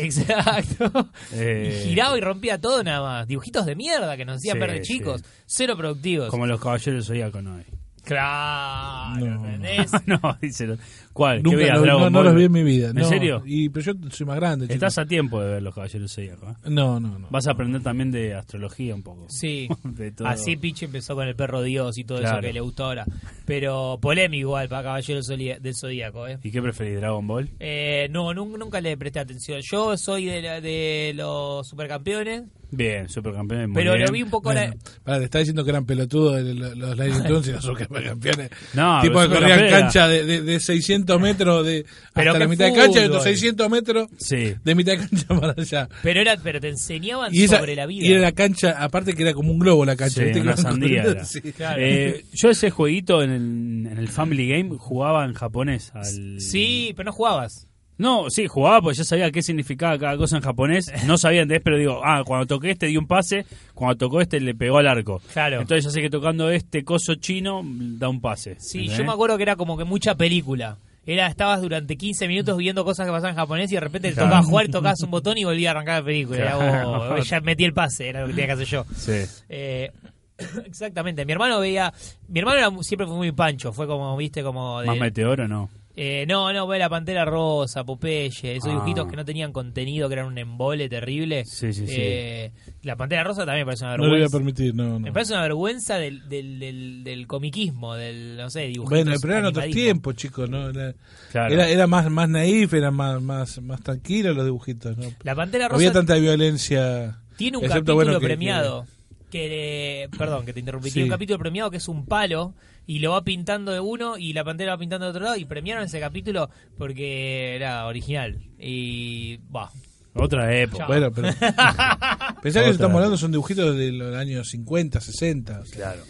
A: Exacto.
B: Eh,
A: Y giraba y rompía todo nada más. Dibujitos de mierda que nos hacían
B: Sí,
A: ver de
B: sí.
A: chicos. Cero productivos.
B: Como los caballeros zodíacos no hay.
A: Claro,
C: No.
A: ¿entendés?
B: no, dice. ¿Cuál?
C: Nunca
B: ¿Qué veas,
C: lo-
B: Dragon
C: no, no
B: Ball?
C: los vi en mi vida.
B: ¿En
C: no.
B: serio?
C: Y, pero yo soy más grande. chico.
B: Estás a tiempo de ver los Caballeros del Zodíaco, ¿eh?
C: No, no, no.
B: Vas a aprender también de astrología un poco.
A: Sí.
B: De todo.
A: Así Pichi empezó con el perro Dios y todo eso
B: Claro.
A: que le gustó ahora. Pero polémico igual para Caballero Zoli- del Zodíaco, ¿eh?
B: ¿Y qué preferís, Dragon Ball?
A: Eh, no, nun- nunca le presté atención. Yo soy de, la- de los supercampeones,
B: Bien, supercampeón. muy
A: pero
B: bien.
A: lo vi un poco...
C: Bueno,
A: ahora-
C: pará, te está diciendo que eran pelotudos el- los, los Lightning Tunes y los supercampeones.
B: No,
C: tipo que
B: pero
C: corrían
B: supercampeón.
C: cancha de, de, de 600 metros de,
A: Pero
C: hasta la
A: qué
C: mitad de cancha y
A: fútbol.
C: otros 600 metros
B: Sí.
C: de mitad de cancha para allá.
A: Pero era, pero te enseñaban
C: Y, esa,
A: sobre la vida.
C: y era la cancha, aparte que era como un globo la cancha.
B: Sí,
C: ¿viste? Que
B: una
C: iban
B: sandía
C: corriendo
B: era.
C: así.
A: Claro.
B: Eh, yo ese jueguito en el, en el Family Game jugaba en japonés. Al...
A: Sí, pero no jugabas.
B: No, sí, jugaba porque yo sabía qué significaba cada cosa en japonés. No sabía antes, pero digo, ah, cuando toqué este di un pase, cuando tocó este le pegó al arco.
A: Claro.
B: Entonces ya sé que tocando este coso chino da un pase.
A: Sí,
C: ¿Eh?
B: ¿entendés?
A: yo me acuerdo que era como que mucha película. Era, estabas durante 15 minutos viendo cosas que pasaban en japonés y de repente te
B: Claro.
A: tocaba jugar, tocabas un botón y volvía a arrancar la película. Era,
B: Claro.
A: "Oh, ya metí el pase, era lo que tenía que hacer yo.
B: Sí.
A: Eh, exactamente, mi hermano veía, mi hermano era mu- siempre fue muy pancho, fue como, viste, como de...
B: ¿Más meteoro no?
A: Eh, no, no, ve la Pantera Rosa, Popeye, esos
B: Ah.
A: dibujitos que no tenían contenido, que eran un embole terrible.
B: Sí, sí, sí.
A: Eh, La Pantera Rosa también me parece una
C: No lo voy
A: vergüenza.
C: a permitir, no, no.
A: pues, Me parece una vergüenza del, del, del, del comiquismo, del, no sé, dibujitos
C: Bueno, pero eran otros
A: animadismo.
C: tiempos, chicos, ¿no? Era,
B: Claro.
C: era, era más, más naif, eran más, más, más tranquilos los dibujitos, ¿no?
A: La Pantera
C: No
A: Rosa
C: había tanta violencia.
A: tiene un
C: excepto,
A: capítulo
C: bueno, que-
A: premiado. Que, eh, perdón, que te interrumpí. Tiene
C: Sí.
A: un capítulo premiado que es un palo y lo va pintando de uno y la pantera va pintando de otro lado y premiaron ese capítulo porque era original. Y va.
B: Otra época.
C: Bueno, pero. Pensá que
B: Otra.
C: estamos hablando son dibujitos de los años 50, 60. o sea,
B: Claro.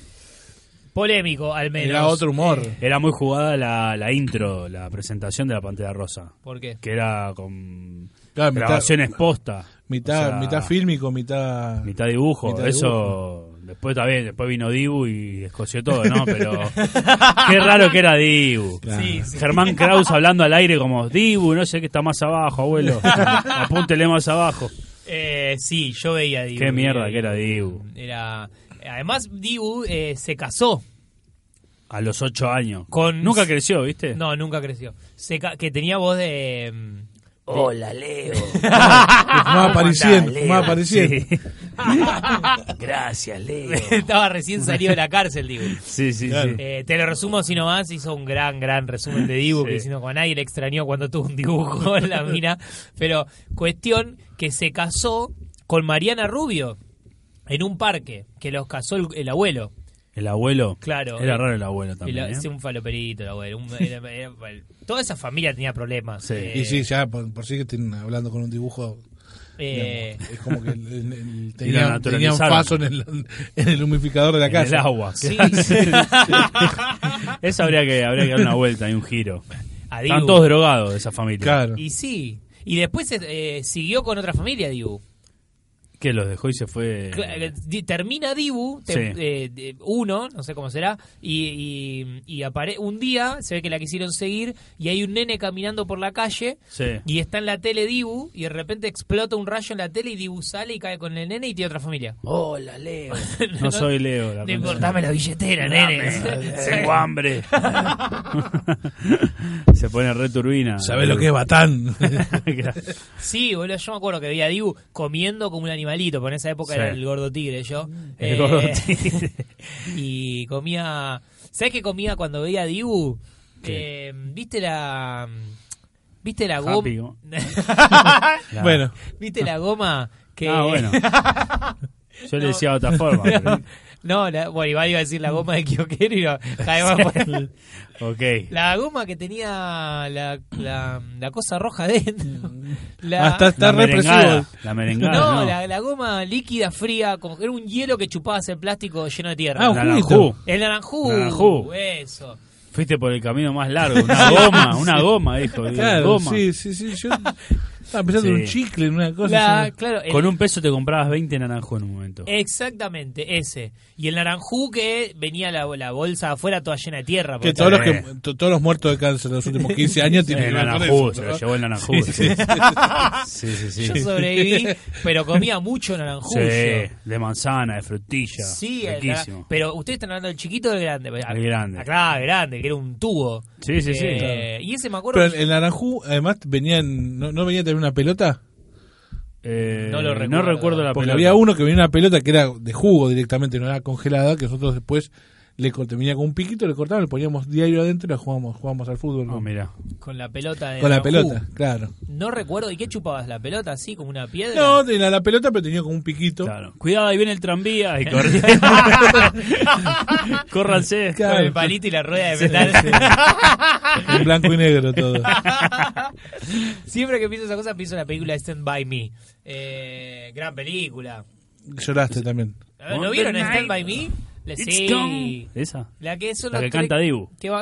A: Polémico, al menos. Eh,
C: era otro humor.
B: Era muy jugada la, la intro, la presentación de la Pantera Rosa.
A: ¿Por qué?
B: Que era con
C: Claro, mitad-
B: grabaciones posta.
C: Mitad,
B: O sea,
C: mitad fílmico, mitad.
B: Mitad dibujo,
C: Mitad
B: eso. Después también, después vino Dibu y descoció todo, ¿no? Pero qué raro que era Dibu.
C: Ah.
A: Sí, sí.
B: Germán Kraus hablando al aire como Dibu, no sé qué está más abajo, abuelo. Apúntele más abajo.
A: Eh, sí, yo veía a Dibu.
B: Qué mierda que era Dibu.
A: Era... Además, Dibu eh, se casó.
B: A los ocho años.
A: Con-
B: Nunca creció, ¿viste?
A: No, nunca creció. Se ca- que tenía voz de... mm,
D: Hola, Leo.
C: Más
A: Ah,
C: apareciendo,
D: Dale.
C: más apareciendo.
B: Sí,
D: Gracias, Leo.
A: Estaba recién salido de la cárcel, Dibu.
B: sí, sí.
C: Claro.
B: sí.
A: Eh, te lo resumo así nomás, hizo un gran, gran resumen de Dibu,
B: Sí.
A: que diciendo con nadie le extrañó cuando tuvo un dibujo en la mina. Pero cuestión que se casó con Mariana Rubio en un parque, que los casó el, el abuelo.
B: El abuelo.
A: Claro.
B: Era raro el abuelo también.
A: El-
B: ¿eh?
A: sí, un faloperito el abuelo. un- era- era- toda esa familia tenía problemas.
B: Sí.
A: Eh,
C: Y sí, ya por, por sí que estén hablando con un dibujo.
A: eh,
C: digamos, es como que el- el- el- tenían, tenían
B: naturalizaron.
C: faso en el, en el humidificador de la
B: En
C: casa.
B: el agua.
A: sí.
B: Eso habría que, habría que dar una vuelta y un giro.
A: A Dibu.
B: Están todos drogados de esa familia.
C: Claro.
A: Y sí. Y después eh, siguió con otra familia, Dibu.
B: Que los dejó y se fue.
A: Cla- eh, di- termina Dibu, te-
B: Sí.
A: eh, de- uno, no sé cómo será, y, y, y apare- un día se ve que la quisieron seguir y hay un nene caminando por la calle
B: Sí.
A: y está en la tele Dibu y de repente explota un rayo en la tele y Dibu sale y cae con el nene y tiene otra familia.
D: Hola, Leo.
B: No soy Leo. La
A: No
B: concha.
A: importame la billetera, nene.
B: Tengo hambre. se pone re turbina.
C: ¿Sabés lo que es Batán?
B: Claro.
A: Sí, boludo, yo me acuerdo que veía a Dibu comiendo como un animalito, porque en esa época
B: Sí.
A: era el gordo tigre yo. Eh,
B: El gordo tigre.
A: Y comía... ¿Sabes qué comía cuando veía a Dibu? Eh, ¿Viste la... ¿Viste la
B: Happy,
A: goma?
B: ¿no? Claro.
C: Bueno,
A: ¿Viste la goma? Que...
B: Ah, bueno. Yo le decía de otra forma. pero-
A: No, la- bueno, igual iba a decir la goma de Kioquero y no, además por el-
B: Ok.
A: La goma que tenía la, la, la cosa roja dentro. La,
C: Ah, está- está
B: La merengada.
C: represivo.
B: La merengada.
A: no,
B: No,
A: La, la goma líquida, fría, como que era un hielo que chupabas el plástico lleno de tierra.
C: Ah,
B: La
C: un juguito.
B: naranjú.
A: el naranjú,
B: Naranjú.
A: eso.
B: Fuiste por el camino más largo. Una goma, una goma, dijo.
C: claro,
B: goma.
C: sí, sí, sí. Yo, Estaba pensando en
B: Sí.
C: un chicle, en una cosa.
A: La-
C: así.
A: claro, el-
B: Con un peso te comprabas 20 naranjos en un momento.
C: Eh,
A: Exactamente, ese. Y el naranjú que venía la, la bolsa afuera toda llena de tierra.
C: Que
A: porque-
C: todos, los que,
B: Eh.
C: to- todos los muertos de cáncer de los últimos 15 años tienen
B: el
C: que ver con
B: Eh, naranjú,
C: eso,
B: se
C: ¿no?
B: lo llevó el naranjú.
C: Sí, sí, sí.
B: Sí, sí, sí.
A: Yo sobreviví, pero comía mucho naranjú.
B: Sí,
A: yo.
B: de manzana, de frutilla.
A: Sí, el naran-
B: riquísimo.
A: pero ustedes están hablando del chiquito o del grande. pues,
B: El grande.
A: Acá, grande, que era un tubo.
B: Sí, sí, sí.
A: Eh,
B: Claro.
A: Y ese me acuerdo.
C: Pero el, el naranjú, además, venía en- no, no venía a tener una pelota.
B: Eh,
A: No lo
B: No
A: recuerdo,
B: recuerdo la
C: Porque
B: pelota.
C: había uno que venía una pelota que era de jugo directamente, no era congelada, que nosotros después le co- te venía con un piquito, le cortábamos, le poníamos diario adentro y la jugábamos, jugábamos al fútbol.
B: Ah,
C: con-
B: mira.
A: Con la pelota de
C: con la
A: naranjú.
C: pelota, claro.
A: No recuerdo. ¿Y qué chupabas? ¿La pelota así, como una piedra?
C: No, tenía la pelota, pero tenía como un piquito.
B: Claro. Cuidado, ahí viene el tranvía. Y corre. Córranse.
C: Claro.
A: Con el palito y la rueda de metal.
C: En blanco y negro todo.
A: Siempre que pienso esa cosa, pienso en la película Stand By Me. Eh, gran película.
C: Lloraste también.
A: Eh, ¿No vieron Stand By Me? Le-
B: It's
A: Sí.
B: gone. Esa.
A: La que, son
B: La
A: los
B: que
A: tres
B: canta Dibu.
A: que va-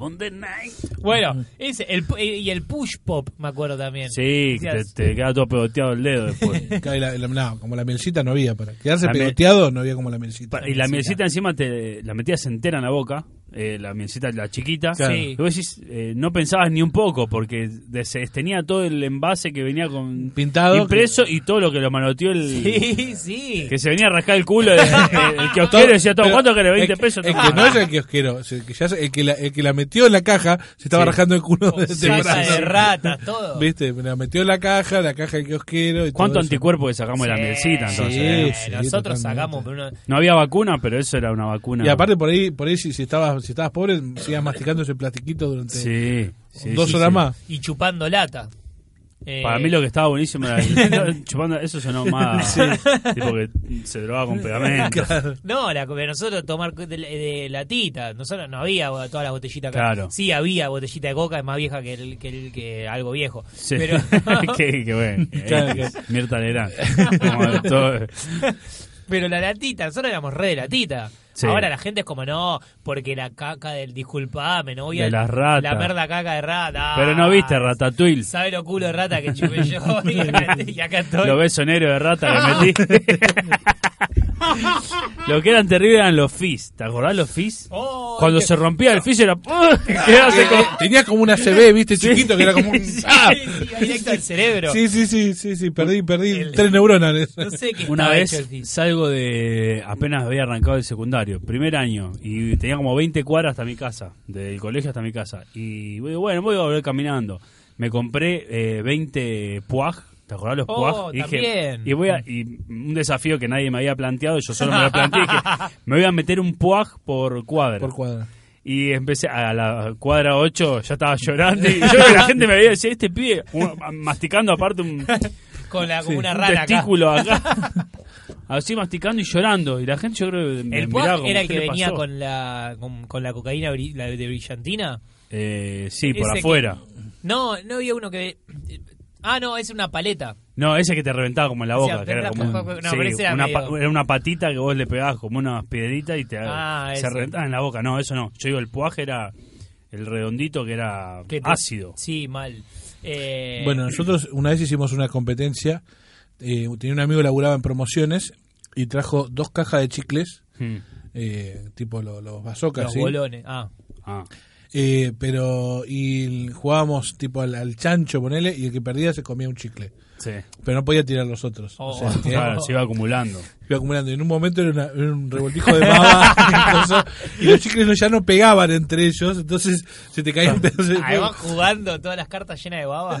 B: On the night.
A: bueno, ese, el pu- y el push pop, me acuerdo también.
B: Sí, te,
A: Decías,
B: te queda todo pegoteado el dedo después.
C: Claro, y la- la- no, como la mielcita no había. Para quedarse
B: La miel-
C: pegoteado no había como la mielcita.
B: Pa- Y la mielcita encima te la metías entera en la boca, eh, la mielcita, la chiquita.
C: Claro.
A: Sí.
B: Y vos decís, eh, no pensabas ni un poco, porque des- tenía todo el envase que venía con
C: Pintado.
B: impreso y todo lo que lo manoteó el.
A: Sí, sí.
B: Que se venía a rascar el culo el, el, el
C: Todo-
B: kiosquero y decía, todo,
C: pero
B: ¿cuánto querés?
C: el
B: 20
C: que-
B: pesos.
C: El
B: toma".
C: que no es el kiosquero, es el que, ya es- el que, la, el que la metió en la caja se estaba
B: Sí. Oh,
C: rajando el culo de
A: Con salsa
B: sí,
A: de
B: sí.
A: ratas, todo.
C: ¿Viste? Me La metió en la caja, la caja del kiosquero. Y
B: ¿Cuánto
C: todo eso.
B: anticuerpo que sacamos de la
A: Sí,
B: mielcita? Entonces,
C: Sí.
B: eh?
A: Eh,
C: sí,
A: Nosotros
C: totalmente.
A: sacamos, pero uno-
B: No había vacuna, pero eso era una vacuna.
C: Y aparte, por ahí, por ahí si, si estabas, si estabas pobre, sigas masticando ese plastiquito durante
B: Sí, sí,
C: dos
B: sí,
C: horas
B: sí.
C: más.
A: y chupando lata. Eh,
B: Para mí lo que estaba buenísimo era el- chupando, eso sonó más tipo que se drogaba con pegamento.
A: No, la, nosotros tomar de, de latita. Nosotros no había todas las botellitas acá.
B: Claro.
A: Sí, había botellita de coca, es más vieja que, el, que, el- que algo viejo.
B: Sí.
A: Pero,
B: qué, qué bueno. Eh,
C: Claro que-
B: Mirta Legrand. Como todo-
A: pero la latita, nosotros éramos re de latita.
B: Sí.
A: Ahora la gente es como, no, porque la caca del disculpame, no voy
B: De
A: a.
B: las ratas.
A: La merda caca de rata. Ah,
B: Pero no viste Ratatouille.
A: ¿Sabe lo culo de rata que chupé yo? y, acá, y acá estoy.
B: Los besonero de rata que metí. lo que eran terribles eran los fizz. ¿Te acordás los fizz?
A: Oh,
B: Cuando
A: qué-
B: se rompía el fizz era... Quedarse
C: Eh, Tenía como una CB, viste, chiquito, que era como un. ¡Ah!
A: Sí, iba directo al cerebro.
C: Sí, sí, sí, sí, sí, perdí, perdí
A: El-
C: tres neuronas. en eso.
A: No sé qué
B: Una
A: estaba
B: vez
A: hecho el disco.
B: salgo de. apenas había arrancado el secundario, primer año, y tenía como 20 cuadras hasta mi casa, del colegio hasta mi casa. Y voy, bueno, voy a volver caminando. Me compré eh, 20 puaj, ¿te acordás los
A: Oh,
B: puaj? Y
A: también.
B: y voy a, y un desafío que nadie me había planteado, yo solo me lo planteé, que me voy a meter un puaj por cuadra.
C: Por cuadra.
B: Y empecé a la cuadra 8, ya estaba llorando. Y yo, la gente me veía y decía, este pibe, un- masticando aparte un,
A: Con la, como una
B: un
A: rana acá.
B: testículo acá. Así masticando y llorando. Y la gente, yo creo que me
A: El
B: miraba
A: Puag
B: como,
A: era el
B: ¿qué
A: que
B: le
A: venía
B: pasó?
A: con la, con, con la cocaína bri- la de brillantina.
B: Eh, sí, por
A: Ese que-
B: afuera.
A: No, no había uno que. Ah, no, es una paleta.
B: No, ese que te reventaba como en la
A: O
B: boca.
A: sea,
B: que era,
A: pero-
B: como un-
A: no,
B: sí,
A: pero ese era
B: una,
A: medio-
B: pa- era una patita que vos le pegabas como unas piedritas y te
A: Ah,
B: se
A: ese.
B: reventaba en la boca. No, eso no. Yo digo, el puaje era el redondito que era
A: Que te-
B: ácido.
A: Sí, mal. Eh,
C: Bueno, nosotros una vez hicimos una competencia. eh, tenía un amigo que laburaba en promociones y trajo dos cajas de chicles,
B: Mm.
C: eh, tipo lo- los bazocas.
A: los
C: ¿sí?
A: bolones. Ah,
B: Ah.
C: Eh, pero y jugábamos tipo al, al chancho, ponele, y el que perdía se comía un chicle.
B: Sí.
C: Pero no podía tirar los otros.
A: Oh.
C: O sea, tenía-
B: Claro, se iba acumulando.
C: iba acumulando. Y en un momento era, una- era un revoltijo de baba. entonces, y los chicles no- ya no pegaban entre ellos, entonces se te caían. entonces,
A: ahí van jugando todas las cartas llenas de baba.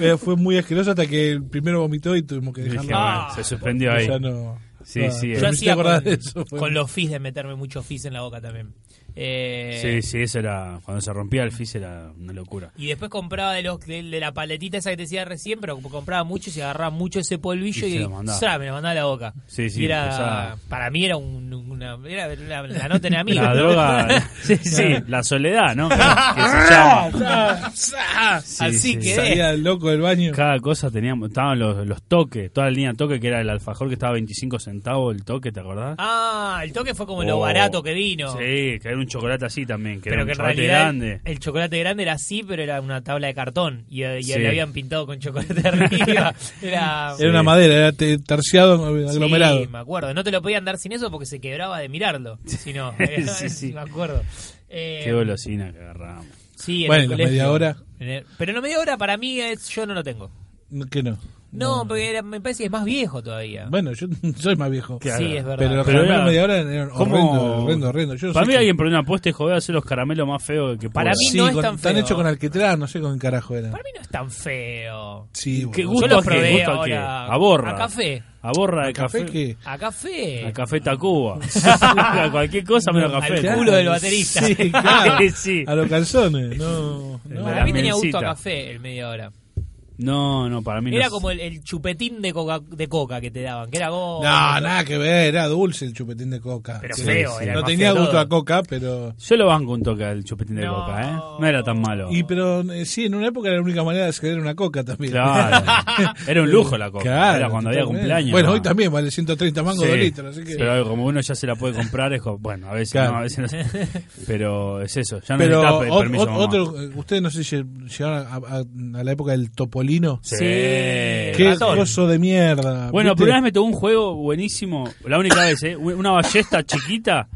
C: Eh, fue muy asqueroso hasta que el primero vomitó y tuvimos que
B: Dije,
C: dejarlo.
A: Ah,
B: bueno, se suspendió ahí.
C: Ya no.
B: Sí,
C: no,
B: sí, eh.
C: pero
A: Yo
C: me hiciste
A: hacía
C: acordar
A: con,
C: de eso. fue-
A: con los fizz de meterme muchos fizz en la boca también. Eh,
B: Sí, sí, eso era. Cuando se rompía el fizz era una locura.
A: Y después compraba de, los, de, de la paletita esa que te decía recién, pero compraba mucho y se agarraba mucho ese polvillo
B: Y
A: y,
B: se lo mandaba.
A: ¡zra! me lo mandaba a la boca.
B: Sí, sí,
A: Y era-
B: empezaba.
A: para mí era un- una, era la, la no tenía amigos.
B: La droga. Sí, sí, la soledad, ¿no? Que
A: Ah,
B: se llama. Sí,
A: Así
B: sí.
A: quedé.
C: Salía el loco del baño.
B: Cada cosa teníamos. Estaban los, los toques, toda la línea de toque que era el alfajor que estaba a 25 centavos el toque, ¿te acordás?
A: Ah, el toque fue como
B: Oh.
A: lo barato que vino.
B: Sí, que era un chocolate así también, que era
A: pero
B: un
A: que en
B: chocolate
A: realidad
B: grande.
A: el chocolate grande era así, pero era una tabla de cartón y, y
B: Sí.
A: le habían pintado con chocolate arriba. Era
C: Era una madera, era te- terciado, aglomerado.
A: Sí, me acuerdo. No te lo podían dar sin eso porque se quebraba de mirarlo. Si no, eh,
B: Sí, sí.
A: me acuerdo. Eh,
B: Qué golosina que agarramos.
A: Sí, en
C: Bueno,
A: el
C: ¿y la
A: colegio.
C: media hora?
A: En el- Pero la media hora para mí es, yo no lo tengo.
C: No, Que no.
A: No, porque era- me parece que es más viejo todavía.
C: Bueno, yo soy más viejo.
B: Claro.
A: Sí, es verdad.
C: Pero los
B: Pero
C: caramelos
B: era-
C: media hora eran
B: ¿Cómo?
C: horrendo, horrendo, horrendo. Yo no
B: Para
C: sé
B: mí
C: qué-
B: alguien por una apuesta y joder hacer los caramelos más feos que
A: Para
B: pueda.
A: mí
C: Sí,
A: no es
C: con-
A: tan
C: están
A: feo.
C: hechos con alquitrán, no sé con qué carajo era.
A: Para mí no es tan feo.
C: Sí,
B: Qué
C: boludo.
A: Yo
B: gusto
A: lo
B: a qué,
A: probé
B: gusto a
A: ahora.
B: qué. A borra.
A: A café.
B: A borra de
C: ¿Café
B: café.
C: qué?
A: A café.
B: A café Tacuba. A cualquier cosa menos
A: Al
B: café.
A: culo del baterista.
C: Sí, claro.
B: Sí, sí.
C: A los calzones. No, no.
A: Para
B: La
A: mí tenía
B: mencita.
A: gusto a café el media hora.
B: No, no, para mí no.
A: Era
B: es-
A: como el, el chupetín de coca, de coca que te daban, que era
C: No,
A: gordo.
C: nada que ver, era dulce el chupetín de coca.
A: Pero
C: Sí,
A: feo,
C: sí.
A: era el
C: No
A: más
C: tenía
A: feo
C: gusto
A: todo.
C: a coca, pero...
B: Yo lo banco un toque al chupetín de
A: No.
B: coca, ¿eh? No era tan malo.
C: Y pero eh, sí, en una época era la única manera de acceder a una coca también.
B: Claro. Era un lujo la coca.
C: Claro,
B: era cuando había
C: totalmente.
B: cumpleaños.
C: Bueno,
B: ¿no?
C: hoy también vale 130 mangos
B: Sí.
C: de litro, así que...
B: Pero como uno ya se la puede comprar, es como, bueno, a veces
C: Claro.
B: no, a veces no. Pero es eso, ya no
C: Pero
B: necesitas pe-
C: ot-
B: permiso.
C: ot-
B: mamá.
C: otro, eh, ustedes no sé si llegaron a, a- a la época del topolino.
B: Sí.
C: Qué
A: ratón.
C: coso de mierda.
B: Bueno,
C: Ah, ¿viste?
B: pero una vez me tocó un juego buenísimo, la única vez, ¿eh? Una ballesta chiquita,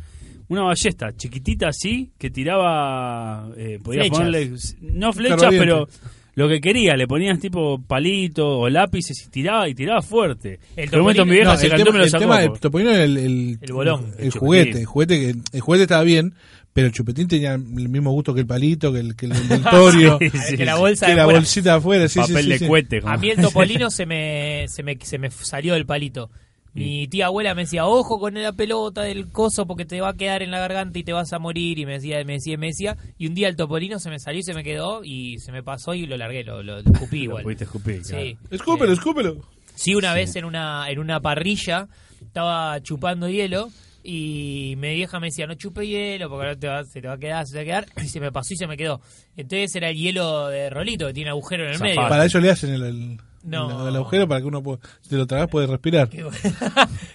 B: una ballesta chiquitita así, que tiraba, eh, podía
A: Flechas.
B: ponerle, no flechas,
C: Ferroviente.
B: pero lo que quería, le ponías tipo palito o lápices y tiraba y tiraba fuerte.
A: El
B: En un momento mi vieja
C: No,
B: se
C: el
B: cantó y
C: tema,
B: me lo
C: el
B: sacó.
C: tema del
B: porque-
C: topolino era el, el,
A: El bolón,
C: el,
B: el
C: juguete,
B: chupetín.
C: el juguete, que, el juguete estaba bien, pero el chupetín tenía el mismo gusto que el palito, que el, que el envoltorio,
B: Sí,
A: A ver,
B: sí,
A: que la
B: sí.
A: bolsa
C: que
A: de
C: la
A: fuera.
C: bolsita afuera, sí, sí,
B: papel
C: sí,
B: de
C: sí.
B: cohete. como-
A: A mí el topolino se me, se me, se me salió del palito. Mi tía abuela me decía, ojo con la pelota del coso porque te va a quedar en la garganta y te vas a morir. Y me decía, me decía, me decía. Y un día el topolino se me salió y se me quedó y se me pasó y lo largué, lo, lo, lo escupí
B: Lo
A: igual.
B: pudiste escupir, claro.
A: Sí.
C: Escúpelo, escúpelo.
A: Sí, una vez en una, en una parrilla estaba chupando hielo y mi vieja me decía, no chupe hielo porque no te va- se te va a quedar, se te va a quedar. Y se me pasó y se me quedó. Entonces era el hielo de rolito que tiene agujero en el
B: Zapato.
A: medio.
C: Para eso le hacen el, el-
A: No. Eh,
C: el agujero para que uno pueda, si te lo tragas puede respirar.
A: Qué bueno.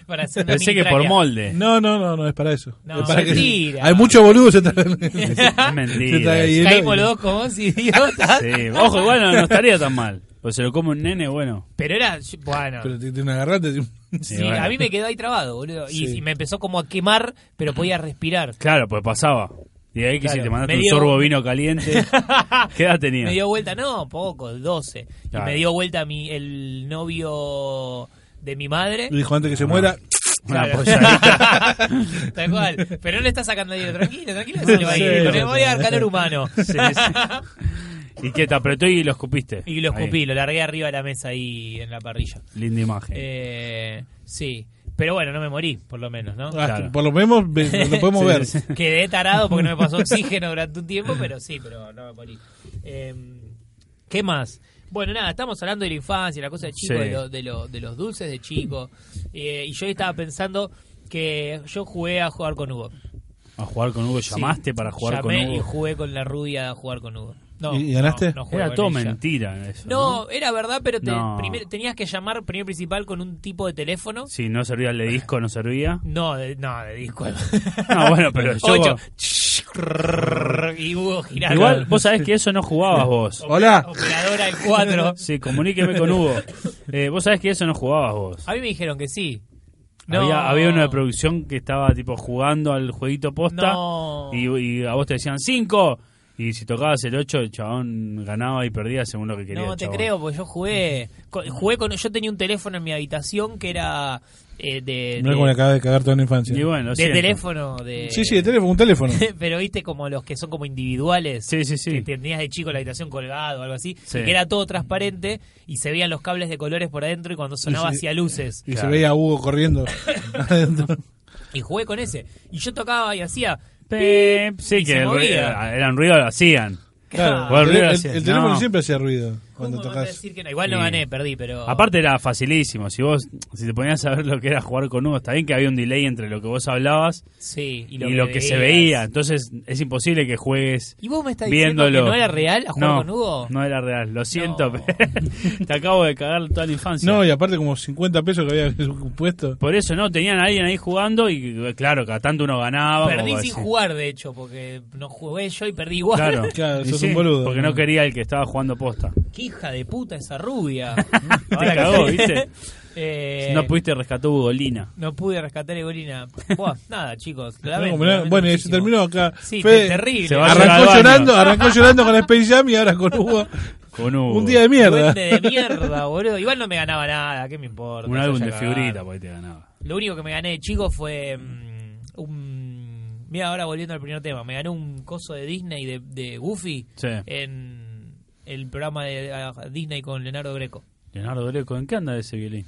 A: Para hacer una
B: Pensé
A: mini
B: que por
A: tráquea.
B: molde.
C: No, no, no, no es para eso.
A: No,
C: Es para que-
A: mentira.
C: hay muchos boludos que se traen-
B: Es
C: se traen
B: mentira.
C: hielo
A: Caímos
C: y-
A: los dos como vos, idiotas.
B: Sí. Ojo, igual no, no estaría tan mal. Pues se lo come un nene, bueno.
A: Pero era, bueno.
C: Pero te, te una agarrante. te-
A: sí,
B: Sí, bueno.
A: A mí me quedó ahí trabado, boludo. Y,
C: Sí.
A: y me empezó como a quemar, pero podía respirar.
B: Claro, pues pasaba. Y ahí que si
A: Claro.
B: te mandaste
A: Me
B: un
A: dio-
B: sorbo de vino caliente, ¿qué edad tenías?
A: Me dio vuelta, no, poco, 12.
B: Claro.
A: Y me dio vuelta mi, el novio de mi madre.
C: Y dijo antes
B: Ah.
C: que se muera.
B: Una
A: Claro.
B: polladita.
A: Tal cual. Pero no le está sacando hielo. Tranquilo, tranquilo. Se le va a
C: Sí,
A: ir.
C: sí,
A: Con el- voy a dar
C: sí.
A: calor humano.
B: ¿Y qué? Te apretó y lo escupiste.
A: Y lo
B: Ahí.
A: escupí, lo largué arriba de la mesa ahí en la parrilla.
B: Linda imagen.
A: Eh, sí. Pero bueno, no me morí, por lo menos, ¿no?
C: Ah,
B: Claro.
C: Por lo menos ve- lo podemos
B: Sí,
C: ver.
B: sí.
A: Quedé tarado porque no me pasó oxígeno durante un tiempo, pero sí, pero no me morí. Eh, ¿Qué más? Bueno, nada, estamos hablando de la infancia, la cosa de chico,
B: Sí.
A: de, lo- de lo- de los dulces de chico. Eh, y yo estaba pensando que yo jugué a jugar con Hugo.
B: A jugar con Hugo.
A: Sí.
B: ¿Llamaste para jugar
A: Llamé
B: con
A: y
B: Hugo?
A: jugué con la rubia a jugar con Hugo. No,
C: ¿Y- y ganaste?
A: No, no jugué
B: Era
A: con
B: todo
A: ella.
B: mentira eso.
A: No, era verdad, pero te-
B: No.
A: primer- tenías que llamar primer principal con un tipo de teléfono.
B: Si no servía el de disco, no servía.
A: No, de, no, de disco.
B: No, bueno, pero yo.
A: Ocho. y Hugo girando.
B: Igual, vos sabés que eso no jugabas vos.
C: Hola.
A: Operadora el 4.
B: Sí, comuníqueme con Hugo. Eh, vos sabés que eso no jugabas vos.
A: A mí me dijeron que sí.
B: Había, había uno de producción que estaba tipo jugando al jueguito posta
A: No.
B: y, y a vos te decían 5 y si tocabas el 8 el chabón ganaba y perdía según lo que quería.
A: No
B: el
A: te
B: chabón.
A: creo, porque yo jugué. co- jugué con, yo tenía un teléfono en mi habitación que era eh, de,
C: No
A: de-
C: es como le acabas de cagar toda la infancia.
B: Y bueno, lo
A: de
B: siento.
A: teléfono. De,
C: Sí, sí, de teléfono, un teléfono.
A: pero viste como los que son como individuales.
B: Sí, sí, sí.
A: Que tenías de chico la habitación colgado o algo así.
B: Sí.
A: y que era todo transparente y se veían los cables de colores por adentro y cuando sonaba
C: sí.
A: hacía luces.
C: Y se
B: Claro.
C: veía a Hugo corriendo adentro.
A: Y jugué con ese. Y yo tocaba y hacía.
B: Pep, sí,
A: Y
B: que
A: se
B: el
A: movía.
B: ruido- eran ruido, lo hacían.
C: Claro,
B: Bueno,
C: el,
B: ruido
C: el-
B: hacía.
C: el teléfono
B: No.
C: siempre hacía ruido.
A: ¿Cómo
E: cuando
A: me vas a
E: tocas.
A: decir que no? Igual no
B: Y-
A: gané, perdí, pero.
B: Aparte era facilísimo, si vos si te ponías a ver lo que era jugar con uno, está bien que había un delay entre lo que vos hablabas
A: Sí, y
B: y
A: lo,
B: lo,
A: que,
B: que se
A: veías.
B: veía, entonces es imposible que juegues
A: ¿Y vos me estás diciendo
B: viéndolo.
A: que no era real a jugar
B: No,
A: con Hugo?
B: No era real, lo siento,
A: No.
B: pero te acabo de cagar toda la infancia.
C: No, y aparte como 50 pesos que había puesto.
B: Por eso no, tenían a alguien ahí jugando y claro, cada tanto uno ganaba.
A: Perdí
B: como
A: sin
B: decir.
A: jugar, de hecho, porque no jugué yo y perdí igual.
B: Claro,
C: Claro,
B: Y
C: sos un boludo.
B: Porque no quería el que estaba jugando posta.
A: Qué hija de puta esa rubia.
B: Te
A: Ahora que
B: cagó,
A: sé-
B: ¿viste?
A: Eh,
B: No pudiste rescatar Ugolina.
A: no pude rescatar a Egolina. Buah, nada, chicos. lo
C: No,
A: lamento,
C: como
A: lo
C: nada.
A: lamento
C: bueno, y se
A: muchísimo.
C: terminó acá.
A: Sí,
C: Fede
A: te- terrible.
B: se va a llorar al
C: arrancó
B: baño.
C: llorando, arrancó llorando con Space Jam y ahora con Hugo.
B: Con Hugo.
C: Un día de mierda.
A: Uh, Duende de mierda, boludo. Igual no me ganaba nada, ¿qué me importa?
B: Un
A: Yo
B: álbum
A: ya
B: de
A: cagaba.
B: figurita porque te ganaba.
A: Lo único que me gané de chico fue mm, un... Mira, ahora volviendo al primer tema. Me gané un coso de Disney, de, de Goofy,
B: Sí.
A: en el programa de ah, Disney con Leonardo Greco.
B: Leonardo Greco, ¿en qué anda ese violín?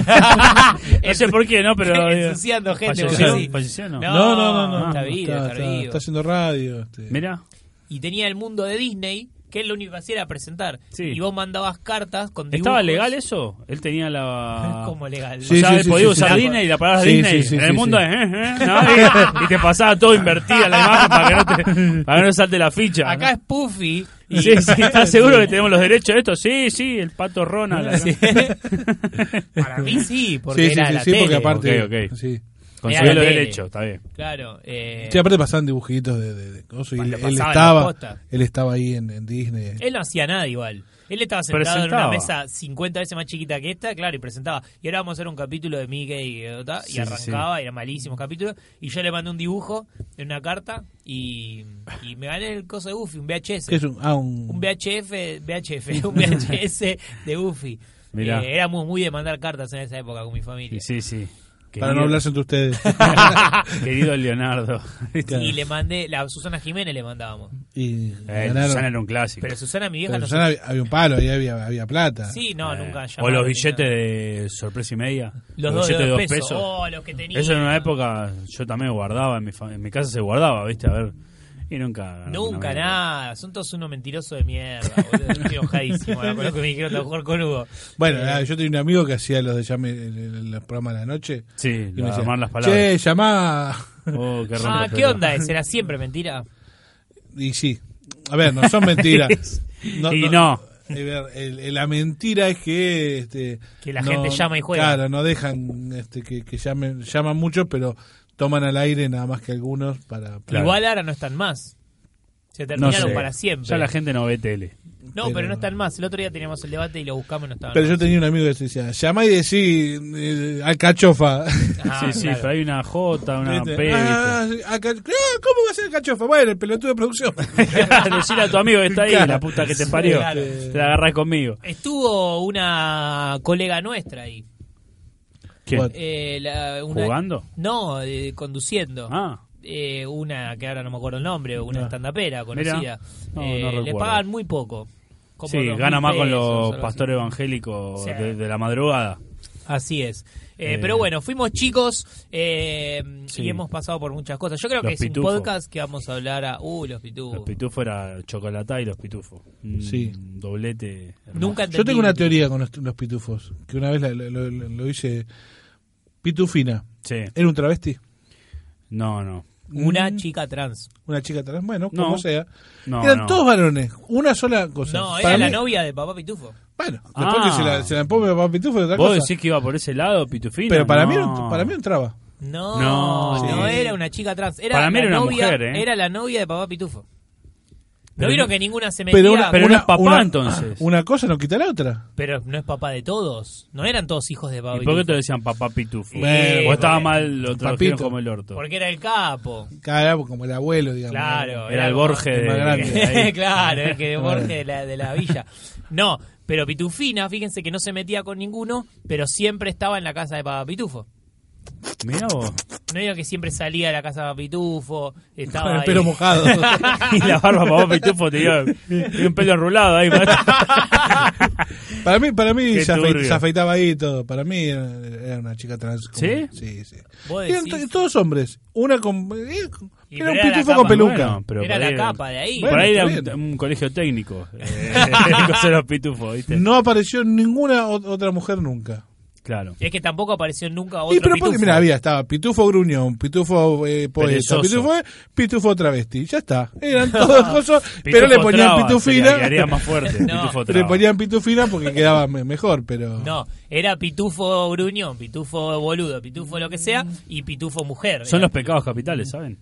B: No sé
A: Ensu-
B: por qué, ¿no? Pero. eh,
A: Ensuciando gente.
B: falleció,
A: boludo, sí.
B: falleció, ¿no?
A: No.
C: No, no, no, no.
A: Ah, está vivo, está
C: está,
A: vivo.
C: está haciendo radio. este.
B: Mirá.
A: Y tenía el mundo de Disney, que él lo único que hacía era presentar.
B: Sí.
A: Y vos mandabas cartas con dibujos.
B: ¿Estaba legal eso? Él tenía la.
A: Como legal.
B: o
C: Ah. Sí,
B: sea,
C: sí,
B: él
C: sí,
B: podía
C: sí,
B: usar
C: sí.
B: Disney y la palabra
C: Sí,
B: Disney.
C: sí, sí,
B: en el
C: sí,
B: mundo
C: sí.
B: es. eh, eh, ¿no? y, y te pasaba todo invertida la imagen para que no, te- para que no salte la ficha.
A: Acá
B: ¿no?
A: es Puffy.
B: Y- Sí, sí, ¿Estás seguro que tenemos los derechos de esto? Sí, sí, el pato Ronald. acá.
A: Para mí sí, porque
C: sí, sí,
A: era
C: sí,
A: la
C: sí, porque
A: tele.
C: aparte.
B: Ok, ok.
C: Sí.
B: Consiguió
A: Era la
B: los
A: tele.
B: derechos, está bien.
A: Claro. eh,
C: Sí, aparte pasaban dibujitos de, de, de cosas y
A: Cuando
C: él,
A: pasaban las
C: estaba
A: postas.
C: él estaba ahí en, en Disney.
A: Él no hacía nada igual. Él estaba sentado en
B: Presentaba.
A: una mesa 50 veces más chiquita que esta, claro, y presentaba. Y ahora vamos a hacer un capítulo de Mickey y, ta, y
B: Sí, sí,
A: arrancaba, y era malísimo capítulo. Y yo le mandé un dibujo en una carta y, y me gané el coso de Goofy, un VHS.
C: ¿Qué es un, ah, un,
A: Un VHF, VHF, un VHS de Goofy.
B: Mirá.
A: Eh, éramos muy de mandar cartas en esa época con mi familia.
B: Y sí, sí.
C: para no hablarse entre ustedes.
B: Querido Leonardo.
C: Claro.
A: Y le mandé, la Susana Jiménez le mandábamos.
C: y
B: Eh,
C: ganaron.
B: Susana era un clásico.
A: Pero Susana, mi vieja,
C: Pero
A: no
C: Susana había, había un palo, ahí había, había plata.
A: Sí, no,
B: Eh,
A: nunca.
B: O
A: llamaron
B: los
A: ni
B: billetes
A: nada.
B: de sorpresa y media.
A: Los dos de dos pesos. Oh, los que tenía.
B: Eso en una época yo también guardaba, en mi, fa- en mi casa se guardaba, ¿viste? A ver. Y nunca.
A: Nunca,
B: una mierda.
A: nada. Son todos unos mentirosos de mierda, boludo. Estoy enojadísimo ahora con lo que me dijeron de jugar con Hugo.
C: Bueno,
A: eh.
C: nada, yo tenía un amigo que hacía los de llame en- en los programas de la noche.
B: Sí,
C: Y me decía,
B: armar Ah, las palabras.
C: che, llamá.
B: Oh, qué
A: ah,
B: rompepelotas.
A: ¿qué onda? es? ¿Era siempre mentira?
C: Y sí, a ver, no son mentiras.
B: Y no.
C: A ver, el- el- la mentira es que este,
A: Que la
C: no-
A: gente llama y juega.
C: Claro, no dejan este, que, que llamen, llaman muchos, pero toman al aire nada más que algunos para. para-
B: Claro.
A: Igual ahora no están más. Se
B: No
A: terminaron
B: sé.
A: para siempre.
B: Ya la gente no ve tele.
A: No, pero... no están más. El otro día teníamos el debate y lo buscamos y no estaban.
C: Pero yo tenía un amigo que decía, llamá y decí eh, alcachofa.
A: Ah,
B: sí, sí,
A: claro.
B: pero hay una J, una P,
C: Este,
B: ¿viste?
C: ah, alca- ah, ¿Cómo va a ser alcachofa? Bueno, el pelotudo de producción.
B: Decirle a tu amigo que está ahí,
C: Claro.
B: la puta que te parió.
A: Claro.
B: Te la agarras conmigo.
A: Estuvo una colega nuestra ahí.
B: ¿Quién?
C: Bueno.
A: Eh, la- una-
B: ¿Jugando?
A: No, eh, conduciendo.
B: Ah,
A: eh, una que ahora no me acuerdo el nombre, una
B: Mirá.
A: estandapera
B: Ah. Mirá.
A: conocida.
B: No,
A: Eh,
B: no
A: le
B: recuerdo.
A: pagan muy poco. Como
B: sí,
A: 2.000
B: gana más con
A: pesos,
B: los
A: algo así.
B: pastores evangélicos
A: Sí.
B: de, de la madrugada.
A: Así es. Eh,
B: Eh.
A: Pero bueno, fuimos chicos eh,
B: Sí.
A: y hemos pasado por muchas cosas. Yo creo
B: Los
A: que es un
B: pitufos.
A: podcast que vamos a hablar a... Uh, los pitufos.
B: Los pitufos era chocolatá y los pitufos. Un
C: Sí.
B: Doblete. hermoso.
A: Nunca
C: Yo
A: entendí
C: tengo una
A: los pitufos.
C: teoría con los, los pitufos, que una vez la- lo, lo- lo hice pitufina.
B: Sí.
C: Era un travesti, Mm,
B: No, no.
A: Una chica trans.
C: una chica trans, bueno,
B: No.
C: como sea.
B: No,
C: Eran
B: no.
C: todos varones, una sola cosa.
A: No,
C: Para
A: era la
C: mí-
A: novia de papá pitufo.
C: Bueno, después
B: Ah.
C: que se la, se la empome papá pitufo es otra
B: ¿Vos
C: cosa.
B: decís que iba por ese lado, pitufina?
C: Pero para,
B: No.
C: mí era un, para mí era un traba.
A: No, no,
B: No. Sí.
A: era una chica trans. Era
B: Para mí
A: la
B: era una
A: novia,
B: mujer, ¿eh?
A: Era la novia de papá pitufo. ¿No
B: Pero
A: vieron
B: no-
A: que ninguna se metía?
C: Pero, una,
B: Pero no
C: una-
B: es papá,
C: una-
B: entonces.
C: Una cosa no quita la otra.
A: Pero no es papá de todos. No eran todos hijos de papá
B: ¿Y por qué
A: Pitufo.
B: te decían papá pitufo?
C: Bueno,
B: Vos estaba
A: porque-
B: mal, lo trajeron
C: Papito.
B: como el orto.
A: Porque era el capo.
C: Cada como el abuelo, digamos.
A: Claro.
B: Era el Borges
C: El
B: de,
C: más grande.
B: ahí.
A: claro, el que de Borges de la, de la villa. No, pero Pitufina, fíjense que no se metía con ninguno, pero siempre estaba en la casa de papá Pitufo.
B: Mirá vos.
A: No diga que siempre salía de la casa de Pitufo, estaba
C: Con el
A: ahí.
C: pelo mojado.
B: y la barba papá pitufo tenía, tenía un pelo enrulado ahí.
C: para mí, para mí
B: Qué
C: se, afe-
B: turbio.
C: se afeitaba ahí y todo. Para mí era era una chica trans. como-
B: ¿Sí?
C: Sí, sí.
A: Vos
C: Eran
A: decís-
C: to- todos hombres. Una con. eh,
A: Y
C: era un
A: pero era la
C: pitufo con
A: capa,
C: peluca.
B: Bueno, pero
A: Era
B: por
A: la
B: ahí-
A: capa de ahí.
B: Por
C: Bueno,
B: ahí era
C: está
B: un,
C: bien.
B: un colegio técnico. Eh, el coso de los pitufos, ¿viste?
C: No apareció ninguna o- otra mujer nunca.
B: Claro.
A: Es que tampoco apareció nunca otro
C: Y pero porque,
A: Pitufo.
C: mira, había, estaba Pitufo Gruñón, Pitufo eh, Poeta,
B: Perezoso.
C: Pitufo, Pitufo Travesti, ya está. Eran todos cosas, pero le
B: Pitufo
C: ponían
B: traba,
C: pitufina.
B: se le haría más fuerte.
A: No.
B: pitufo
C: Le
B: traba.
C: ponían pitufina porque quedaba me- mejor, pero...
A: No, era pitufo gruñón, pitufo boludo, pitufo lo que sea y pitufo mujer.
B: Son
A: Era-
B: los pecados capitales, ¿saben?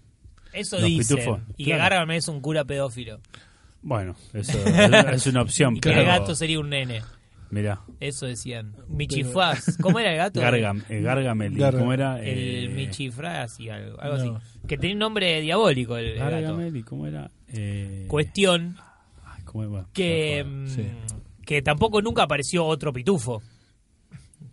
A: Eso
B: los
A: dicen.
B: pitufos,
A: Y que
B: claro.
A: Gargamel es un cura pedófilo.
B: Bueno, eso es una opción.
A: Y que
B: pero,
A: el gato sería un nene.
B: Mirá,
A: Eso decían. Michifaz. ¿Cómo era el gato?
B: Gargam, eh, Gargamel. ¿y
C: Gargamel.
B: ¿Cómo era?
A: El
B: Eh,
A: Michifraz y algo, algo
C: No.
A: así. Que tenía un nombre diabólico el, el gato.
B: Gargamel, ¿y cómo era? Eh,
A: Cuestión
B: ay, ¿cómo era? Bueno,
A: que,
B: no me acuerdo.
A: mm,
C: Sí.
A: que tampoco nunca apareció otro pitufo.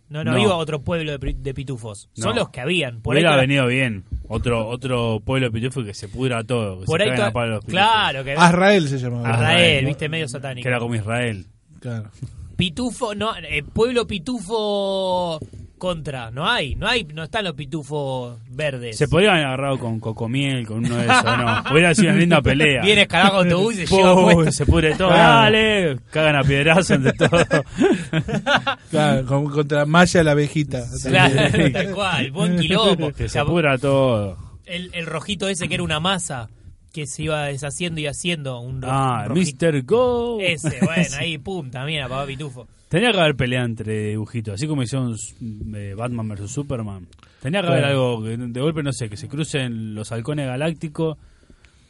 A: No, no,
B: No.
A: iba a otro pueblo de, pri- de pitufos. Son
B: No.
A: los que habían. Por ahí
B: Hubiera
A: toda-
B: venido bien otro otro pueblo pitufo que se pudra todo. Que
A: por
B: se
A: ahí
B: caguen
A: toda-
B: a palo los pitufos. Ah,
A: Claro, que
C: Azrael se llamaba.
A: Israel, viste, medio satánico.
B: Que era como Israel.
C: Claro.
A: Pitufo, no, eh, pueblo pitufo contra, no hay, no hay, no están los pitufos verdes.
B: Se podrían haber agarrado con Cocomiel, con uno de esos, ¿no? Hubiera sido una linda pelea.
A: Viene escalado con autobús y se lleva
B: Pobre,
A: puesto.
B: se pudre todo.
C: Claro.
B: Dale, cagan a piedrazo entre todo.
C: Claro, con- contra Maya la abejita.
A: Claro, tal cual, buen quilombo.
B: que
A: O
B: se
A: sea,
B: pudra todo.
A: el, el rojito ese que era una masa que se iba deshaciendo y haciendo un ro-
B: Ah,
A: rojito.
B: Mr. Go.
A: Ese, bueno, ahí pum, también apagó pitufo.
B: Tenía que haber pelea entre dibujitos, así como hicieron eh, Batman vs Superman. Tenía que haber
C: Claro.
B: algo, que de golpe, no sé, que se crucen los halcones galácticos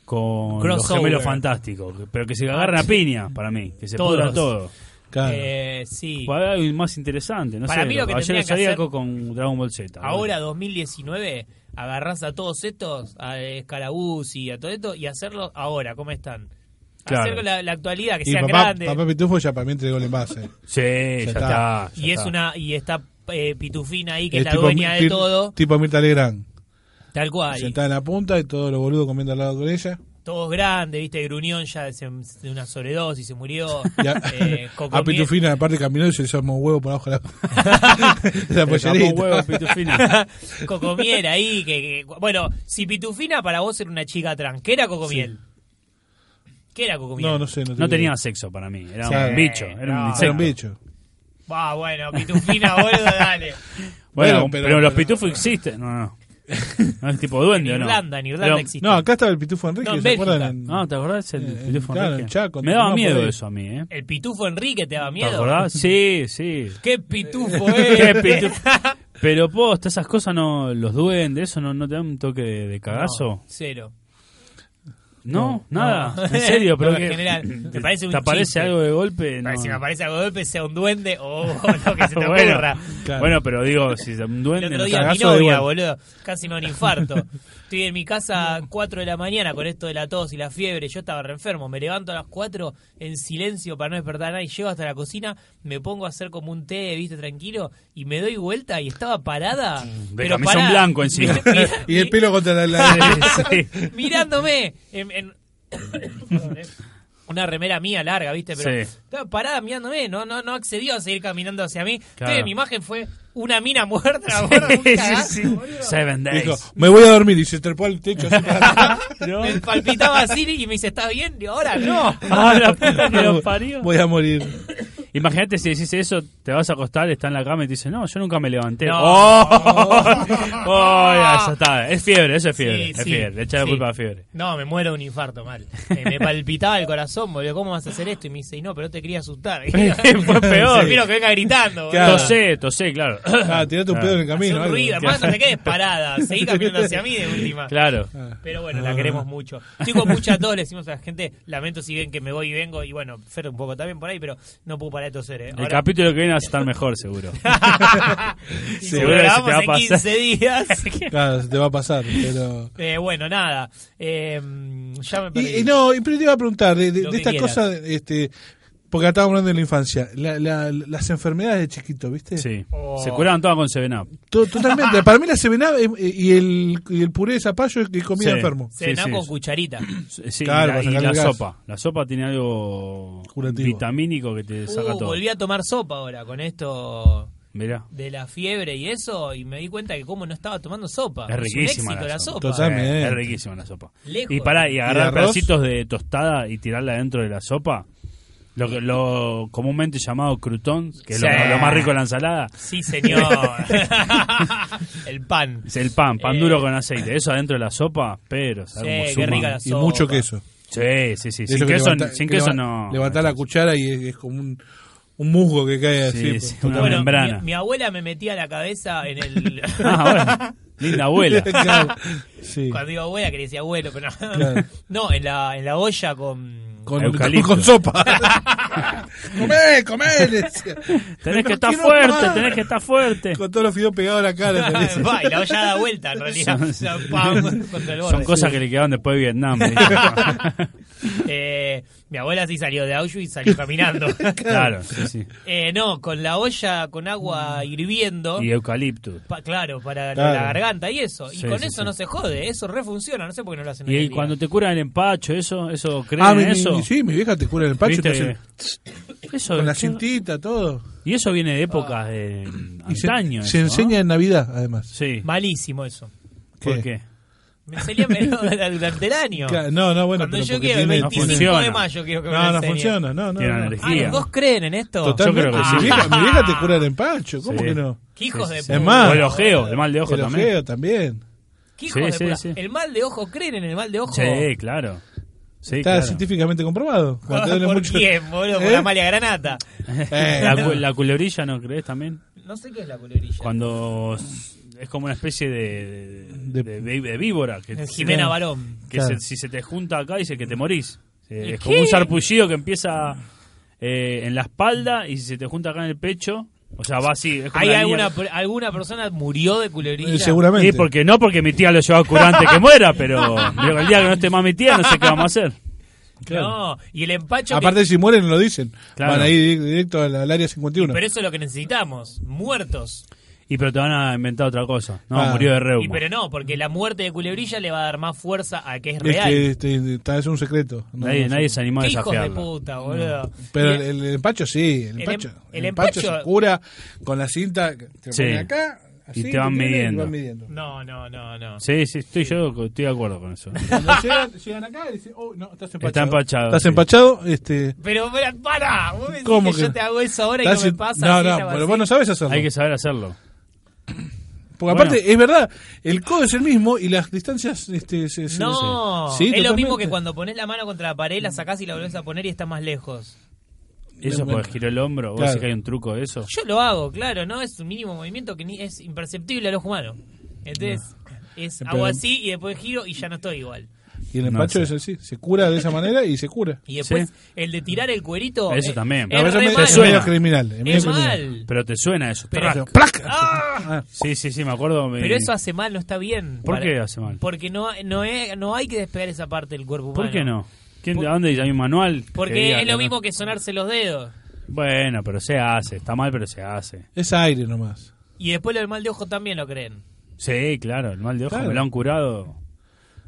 B: con los
A: Crossover. Ah.
B: gemelos fantásticos. que- Pero que se agarren a piña, para mí. Que se
A: Todos.
B: pudra todo.
C: Claro.
A: Eh, sí.
B: Puede haber algo más interesante, no
A: Para
B: sé.
A: mí lo que
B: Caballeros
A: tendrían que
B: Zodíaco con Dragon Ball Z.
A: Ahora, 2019, agarrás a todos estos, a Escarabuz y a todo esto, y hacerlo ahora, ¿cómo están?
B: Claro.
A: Hacer la, la actualidad, que
C: y
A: sean
C: papá,
A: grandes.
C: papá Pitufo ya para mí entregó el envase.
B: Sí, ya,
C: está.
B: está.
A: y
B: ya
A: es
B: está.
A: una y está eh, Pitufina ahí, que es, la
C: tipo
A: dueña
C: Mir-
A: de todo,
C: Tipo Mirta Legrand.
A: tal cual. y
C: Sentada en la punta y todos los boludos comiendo al lado con ella.
A: todos grandes, viste, Gruñón ya se- de una sobredosis se murió.
C: Y a,
A: eh, Coco
C: a Pitufina, aparte caminó y se le llamó un huevo por abajo de la, de la
B: Le
C: pollerita.
B: tapó huevos, pitufina.
A: Miel- Cocomiel ahí, que, que- bueno, si Pitufina para vos era una chica trans, ¿qué era Cocomiel? ¿Qué era Cocomiel?
C: no, no sé. No,
B: no
C: tengo
B: tenía
C: idea.
B: sexo para mí, era
A: Sí.
B: un bicho, era
A: No,
B: un
C: Era
B: insecto.
C: un bicho.
A: Ah, bueno, Pitufina, boludo, dale.
B: Bueno,
C: Bueno,
B: pero,
C: pero-
B: los
C: pero-
B: pitufos existen, no, no. No es tipo duende,
A: en
B: ¿no?
A: Irlanda, en Irlanda
B: Era un-
A: existe.
C: No, acá estaba el Pitufo Enrique,
A: No, en
C: ¿se acuerdan?
A: Bélgica.
C: En-
B: Ah, ¿te acordás el
C: Eh,
B: pitufo
C: claro,
B: Enrique?
C: en Chaco,
B: Me daba
C: no,
B: miedo
C: por ahí.
B: eso a mí, ¿eh?
A: El pitufo Enrique te daba
B: ¿Te
A: miedo.
B: acordás? Sí, sí.
A: Qué pitufo,
B: Qué
A: eh.
B: pitufo. Pero posta, esas cosas no, los duendes, eso no, no te dan un toque de, de cagazo.
A: No, cero.
B: No, nada, en serio, pero
A: No, en
B: que-
A: general, me parece un
B: ¿Te aparece
A: chiste.
B: algo de golpe? Eh, No.
A: Parece- Si me aparece algo de golpe, sea un duende o lo que se te
B: bueno,
A: ocurra.
C: Claro.
B: bueno, pero digo, si es un
A: El
B: duende...
A: otro
B: no
A: día mi
C: cagazo de
A: novia,
C: bueno.
A: boludo, casi me da un infarto. Estoy en mi casa a 4 de la mañana con esto de la tos y la fiebre. Yo estaba re enfermo. Me levanto a las 4 en silencio para no despertar a nadie. Llego hasta la cocina, me pongo a hacer como un té, viste, tranquilo. Y me doy vuelta y estaba parada. pero
B: camisón
A: parada.
B: blanco encima.
A: Mira-
C: Y el pelo contra la... la-
B: Sí.
A: mirándome en, en- Perdón, eh. una remera mía larga, ¿viste? Pero
B: Sí.
A: estaba parada mirándome, no no no accedió a seguir caminando hacia mí.
B: Claro.
A: Entonces, mi imagen fue una mina muerta, boludo, un cagazo, boludo.
B: Seven days.
C: Dijo, me voy a dormir y se trepó al techo. así para-
B: No.
A: Me palpitaba así y me dice, ¿estás bien? Y ahora no.
B: Ah, la puta que lo parió.
C: Voy a morir.
B: Imagínate si decís eso, te vas a acostar, está en la cama y te dice, no, yo nunca me levanté.
A: No.
B: ¡Oh! Oh, ya, ya está. Es fiebre, eso es fiebre.
A: Sí,
B: es
A: sí,
B: fiebre. Echa la
A: sí.
B: culpa a la fiebre.
A: No, me muero de un infarto mal. Eh, me palpitaba el corazón, boludo. ¿Cómo vas a hacer esto? Y me dice, y no, pero no te quería asustar.
B: Fue peor.
A: Prefiero que venga gritando, boludo.
C: Claro.
B: Tosé, tosé, claro.
C: Ah, tirate un
B: Claro.
C: pedo en el
A: Hace
C: camino.
A: un
C: algo.
A: ruido, además no te quedes parada, seguí caminando hacia mí de última.
B: Claro.
A: Pero
B: Ah.
A: bueno, la queremos mucho. Chicos, mucha tos, le decimos a la gente. Lamento si ven que me voy y vengo. Y bueno, Fer un poco también por ahí, pero no puedo parar de toser. ¿eh?
B: El
A: Ahora-
B: capítulo que viene va a estar mejor, seguro.
A: Y
B: seguro
A: lo
B: que se te
A: grabamos
B: va a
A: en
B: pasar.
A: 15 días.
C: Claro, se te va a pasar, pero...
A: Eh, bueno, nada. Eh, ya me
C: Y,
A: perdí.
C: y no, y pero te iba a preguntar, de, de-
A: Lo que
C: de esta
A: quieras.
C: cosa, este, Porque estábamos hablando de la infancia. La- la- las enfermedades de chiquito, ¿viste?
B: Sí.
A: Oh.
B: Se curaban todas con Seven Up.
C: To- Totalmente. Para mí la semenada eh, y el, y el puré de zapallo es que comía
B: Sí.
C: enfermo.
A: Se
B: Sí, sí,
A: con
B: sí.
A: cucharita.
B: Sí,
C: Claro, para
B: y la, y
C: sacarle
B: la
C: gas.
B: sopa. La sopa tiene algo
C: Curativo.
B: vitamínico que te saca
A: Uh,
B: todo.
A: volví a tomar sopa ahora con esto
B: Mirá.
A: de la fiebre y eso y me di cuenta que como no estaba tomando sopa.
B: Es
A: un
B: riquísima
A: éxito
B: la
A: la
B: sopa.
A: sopa.
C: Total. Totalmente.
B: Eh, es riquísima la sopa.
A: Lejos.
B: Y pará, y
C: ¿Y de
B: agarrar
C: arroz?
B: pedacitos de tostada y tirarla dentro de la sopa. Lo, que- lo comúnmente llamado crutón, que es lo,
A: Sí.
B: lo más rico de la ensalada,
A: Sí, señor. El pan.
B: es el pan, pan
A: Eh.
B: duro con aceite. Eso adentro de la sopa, pero
A: Sí,
B: ¿sabes
A: qué rica la
C: Y
A: sopa.
C: mucho queso.
B: Sí, sí, sí.
C: De eso
B: Sin
C: que
B: queso,
C: levanta-
B: sin
C: que
B: queso
C: leva-
B: no.
C: Levantás la cuchara y es, es como un, un musgo que cae
B: Sí,
C: así.
B: sí,
C: pues,
B: una
A: Bueno,
B: membrana.
A: Mi, mi abuela me metía la cabeza en el...
B: Ah, bueno. Linda abuela.
C: Claro, sí.
A: Cuando digo abuela, que le decía abuelo, pero no.
C: Claro.
A: No, en la, en la olla con...
C: Con,
B: Eucalipto.
C: con sopa. comé, comé. le decía.
B: Tenés que
C: No
B: estar
C: quiero
B: fuerte,
C: más.
B: tenés que estar fuerte.
C: Con todos los fideos pegados a la cara. le decía.
A: Va, y la olla da vuelta, en realidad. O sea, pam, contra el borde.
B: Son cosas que le quedaban después de Vietnam. ¿viste?
A: Eh, mi abuela sí salió de Auschwitz y salió caminando.
B: claro, sí, sí.
A: Eh, no, con la olla con agua hirviendo.
B: Y eucalipto.
A: pa- claro, para
C: Claro.
A: la garganta y eso. Y
B: Sí,
A: con
B: sí,
A: eso
B: sí.
A: no se jode, eso refunciona. No sé por qué no lo hacen.
B: Y
A: hoy en
B: el-
A: día.
B: cuando te curan el empacho, eso, eso creen
C: Ah,
B: en
C: mi, mi-
B: eso.
C: sí, mi vieja te cura el empacho.
B: ¿Viste?
C: te hace-
B: Eso-
C: Con la
B: yo-
C: cintita, todo.
B: y eso viene de épocas de
C: Y se,
B: antaño.
C: se
B: eso, ¿no?
C: enseña en Navidad, además.
B: Sí.
A: Malísimo eso.
B: ¿Por
C: ¿Qué?
B: qué?
A: Me salía menos durante el año.
C: Claro, No, no, bueno,
A: cuando
C: pero
A: yo
C: porque
A: quiero, el
C: tiene-
A: 25 de
B: funciona.
A: mayo quiero que me
C: No,
A: lo
C: no
A: enseñen.
C: funciona, no, no.
B: Tiene
C: no.
B: energía.
A: Ah, ¿los dos creen en esto?
C: Totalmente.
B: Yo creo que sí.
C: Mi vieja, mi vieja te cura el empacho, ¿cómo
B: Sí.
C: que no?
A: ¿Qué hijos de
C: Es más,
B: o el ojeo, el mal de ojo
C: Pero
B: también.
C: feo también.
A: ¿Qué hijos
B: Sí,
A: de
B: sí,
A: puta?
B: sí.
A: El mal de ojo, ¿creen en el mal de ojo?
B: Sí, claro. Sí,
C: Está
B: claro.
C: científicamente comprobado. Cuando te duele
A: Ah, ¿Por
C: mucho-
A: quién, boludo? Por
C: ¿Eh?
A: la malia granata.
C: Eh,
B: La, cu- la culorilla, ¿no crees también?
A: No sé qué es la colorilla.
B: Cuando s- es como una especie de, de,
C: De-
B: de- de víbora. Que,
A: Es Jimena Balón.
B: que
C: Claro.
B: se- si se te junta acá dice que te morís. Eh, Es
A: ¿Qué?
B: como un sarpullido que empieza eh, en la espalda y si se te junta acá en el pecho, o sea, va así. es como
A: ¿Hay
B: una
A: alguna,
B: línea-
A: per- alguna persona murió de colorilla?
C: eh, seguramente.
B: Sí, porque no porque mi tía lo llevaba a curar antes que muera, pero pero el día que no esté más mi tía no sé qué vamos a hacer.
C: Claro.
A: No, y el empacho... que-
C: Aparte, si mueren, no lo dicen.
B: Claro.
C: Van ahí di- directo al, al área 51.
A: Pero eso es lo que necesitamos, muertos.
B: Y pero te van a inventar otra cosa. No,
C: Ah.
B: murió de reuma.
A: Y pero no, porque la muerte de culebrilla le va a dar más fuerza a que es
C: es
A: real.
C: que este, está- es un secreto. No,
B: nadie,
C: no sé.
B: nadie se animó a
A: Qué hijos de
B: desafiarlo.
A: puta, boludo.
C: Mm. Pero
A: Y-
C: el, el empacho sí, el
A: El
C: empacho.
A: em-
C: El,
A: el
C: empacho, se
A: empacho-
C: cura con la cinta que te
B: Sí.
C: ponen acá. así,
B: Y te van
C: tiran
B: midiendo.
C: van midiendo.
A: No, no, no, no.
B: Sí, sí, estoy yo co- estoy de acuerdo con eso.
C: Cuando llegan, llegan acá y dicen, oh, no, estás empachado.
B: Está empachado,
C: Estás
B: sí.
C: empachado, este...
A: Pero, para, para, vos me decís
C: ¿Cómo
A: que,
C: que
A: yo te hago eso ahora y no
C: estás
A: me
C: en-
A: pasa.
C: no,
A: así,
C: no,
A: algo
C: pero
A: así?
C: vos no sabes hacerlo.
B: Hay que saber hacerlo.
C: Porque
B: Bueno.
C: aparte, es verdad, el codo es el mismo y las distancias... Este, se, se-
A: No,
C: se- sí,
A: es lo mismo
C: totalmente.
A: que cuando pones la mano contra la pared, la sacás y la volvés a poner y está más lejos.
B: Eso porque giró el hombro. ¿Vos
C: Claro.
B: decís que hay un truco de eso?
A: Yo lo hago, claro, ¿no? Es un mínimo movimiento que ni es imperceptible al ojo humano. Entonces, es hago
C: Pero-
A: así y después giro y ya no estoy igual.
C: Y el
B: No
C: empacho
B: sé.
C: es así, se cura de esa manera y se cura.
A: Y después,
B: Sí.
A: el de tirar el cuerito.
B: Eso
A: eh,
B: también.
A: Es
C: A veces
A: re
C: me-
A: malo.
C: es
B: suena.
C: medio criminal. Es medio
A: Es
C: criminal.
A: mal.
B: Pero te suena eso.
A: Pero-
B: Trac.
C: Pero, ¡plac! Ah,
B: Sí, sí, sí, me acuerdo. me-
A: Pero eso hace mal, no está bien.
B: ¿Por qué hace mal?
A: Porque no, no, es- no hay que despegar esa parte del cuerpo humano.
B: ¿Por qué no? ¿Quién,
A: Por-
B: ¿A dónde dice? ¿Hay un manual? que diga
A: Porque es lo
B: no?
A: mismo que sonarse los dedos.
B: Bueno, pero se hace. Está mal, pero se hace.
C: Es aire nomás.
A: Y después lo del mal de ojo también lo creen.
B: Sí, claro. El mal de ojo
C: Claro.
B: me lo han curado.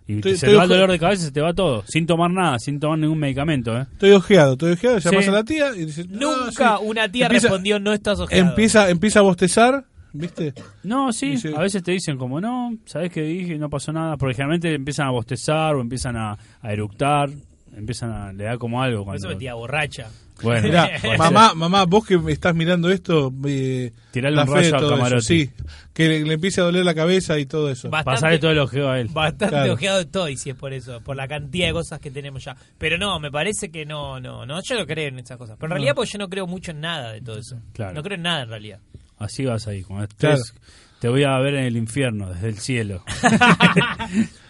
B: Y
C: Estoy-
B: se
C: estoy
B: te va el
C: ojo-
B: dolor de cabeza y se te va todo. Sin tomar nada, sin tomar ningún medicamento, ¿eh?
C: Estoy ojeado, estoy ojeado,
B: Sí.
C: llamas a la tía y dices, "No,
A: Nunca
C: sí".
A: una tía
C: Empieza-
A: respondió no estás ojeado.
C: Empieza, empieza a bostezar, ¿viste?
B: No, sí,
C: Y sí.
B: a veces te dicen como no, sabes que dije, no pasó nada, porque generalmente empiezan a bostezar o empiezan a, a eructar, empiezan a le da como algo
A: Por
B: cuando
A: eso me tía borracha.
B: Bueno,
C: Mirá,
B: puede
C: mamá, mamá, vos que estás mirando esto, eh,
B: Tirale
C: la
B: un
C: fe de
B: rayo al
C: todo eso,
B: camarote.
C: sí, que le, le empiece a doler la cabeza y todo eso.
A: Bastante-
B: pasarle todo el ojeo a él.
A: Bastante
C: Claro.
A: ojeado estoy, si es por eso, por la cantidad de cosas que tenemos ya. Pero no, me parece que no, no, no, yo no creo en esas cosas. Pero en realidad porque yo no creo mucho en nada de todo eso.
B: Claro.
A: No creo en nada en realidad.
B: Así vas ahí, cuando estés, te voy a ver en el infierno, desde el cielo.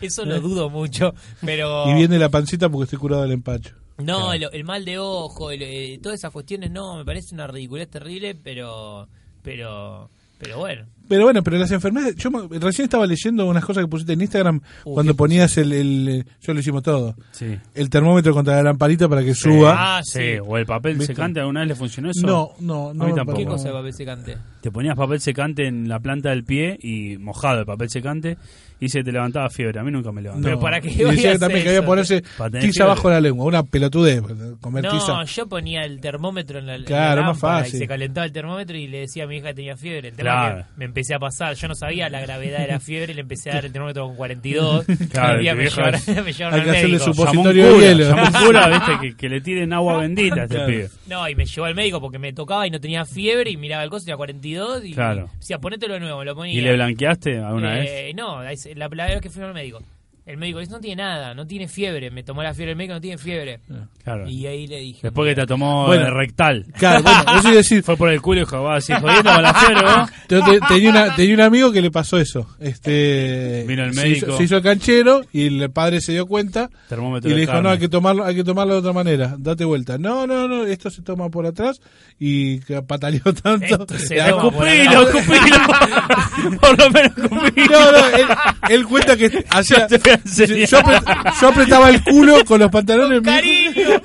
A: eso lo dudo mucho, pero...
C: Y viene la pancita porque estoy curado del empacho.
A: No, el, el mal de ojo, el- eh, todas esas cuestiones, no, me parece una ridiculez terrible, pero... Pero, pero bueno.
C: Pero bueno, pero las enfermedades. Yo me- recién estaba leyendo unas cosas que pusiste en Instagram
A: Uy,
C: cuando
A: ¿qué
C: ponías el, el- Yo lo hicimos todo.
B: Sí.
C: El termómetro contra la lamparita para que suba.
A: Ah,
B: sí.
A: sí.
B: O el papel
C: ¿Viste?
B: secante, ¿alguna vez le funcionó eso?
C: no, no, no.
B: mí
C: me
B: tampoco.
A: ¿Qué
C: parece.
A: cosa de papel secante?
B: Te ponías papel secante en la planta del pie y mojado el papel secante y se te levantaba fiebre. A mí nunca me levantó.
A: Pero para qué
C: Y
A: voy a
C: decía que
A: hacer
C: también que había
A: eso.
C: que ponerse
B: Para tener
C: tiza
B: fiebre.
C: abajo de la lengua, una pelotudez, comer tiza.
A: No, yo ponía el termómetro en la, en la
C: Claro, más
A: lámpara
C: fácil.
A: y se calentaba el termómetro y le decía a mi hija que tenía fiebre. El tema
B: Claro.
A: es que me empecé a pasar, yo no sabía la gravedad de la fiebre, le empecé a dar el termómetro con 42.
B: Claro,
A: un día
B: tu
A: me
B: vieja
A: llevaron,
B: es-
A: me llevaron
C: Hay
A: al
C: que hacerle
A: médico.
B: Llamó
C: su
B: un
C: Supositorio de
B: cura,
C: hielo.
B: llamó un cura, viste, que, que le tiren agua bendita a este
C: Claro.
B: pibe.
A: No, y me llevó al médico porque me tocaba y no tenía fiebre y miraba el coso, tenía 42 y
B: Claro.
A: decía, ponételo de nuevo, me lo ponía.
B: ¿Y le blanqueaste alguna vez?
A: Eh, No, es- la primera vez que fui al médico. El médico dice, no tiene nada, no tiene fiebre. Me tomó la fiebre el médico, no tiene fiebre.
C: Ah.
B: Claro.
A: Y ahí le dije...
B: Después que te tomó
C: Bueno.
B: el rectal.
C: Claro, bueno, eso iba a decir.
B: Fue por el culo y dijo, va, así jodiendo con la fiebre, ¿no?
C: Yo te- tenía, una- tenía un amigo que le pasó eso. Este,
B: Vino el
C: se
B: médico.
C: hizo- Se hizo, el canchero y el padre se dio cuenta
B: Termómetro
C: y le
B: de
C: dijo,
B: carne.
C: no, hay que, tomarlo, hay que tomarlo de otra manera, date vuelta. No, no, no, esto se toma por atrás y que pataleó tanto.
A: Esto se
C: Y
A: toma
C: acu-
A: por
B: Cupilo, cupilo. por lo menos cupilo.
C: No, no, él, él cuenta que hacía-
B: Te voy a enseñar.
C: yo, apre- yo apretaba el culo con los pantalones. mi hijo-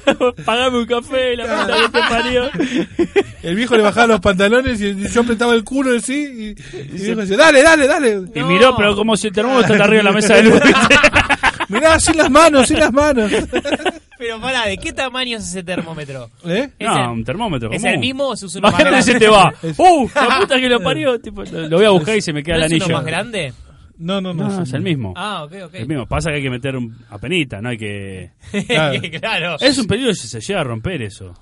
A: ¡Cariño!
B: Pagame un café, la puta que te parió.
C: El viejo le bajaba los pantalones y yo apretaba el culo así y, y el viejo decía, dale, dale, dale.
B: Y
A: No.
B: miró, pero como si el termómetro está arriba de la mesa de luz.
C: Mirá, sin las manos, sin las manos.
A: Pero pará, ¿de qué tamaño es ese termómetro?
C: ¿Eh?
A: ¿Es
B: No,
A: el-
B: un termómetro.
A: ¿Es
B: común.
A: el mismo o se usa uno más grande?
B: Imagínate Uh. se te va. ¡Uh! La puta que lo parió. Tipo, lo lo voy a buscar y se me queda
A: ¿No
B: el
A: es uno
B: anillo.
A: más grande?
C: No, no, no.
B: No, es el mismo.
A: Ah, ok, ok.
B: El mismo. Pasa que hay que meter un, a penita, no hay que.
C: Claro.
A: claro.
B: Es un peligro si se llega a romper eso.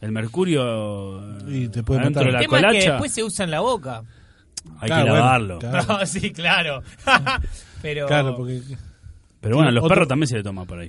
B: El mercurio
C: Y te puede
B: adentro
C: matar.
B: de
A: El tema
B: la
A: es que
B: colacha
A: después se usa en la boca.
B: hay
C: Claro,
B: que
C: bueno,
B: lavarlo.
C: claro.
A: No, sí, claro. Pero.
C: Claro, porque
B: Pero bueno, a los
C: Otro-
B: perros también se le toma por ahí.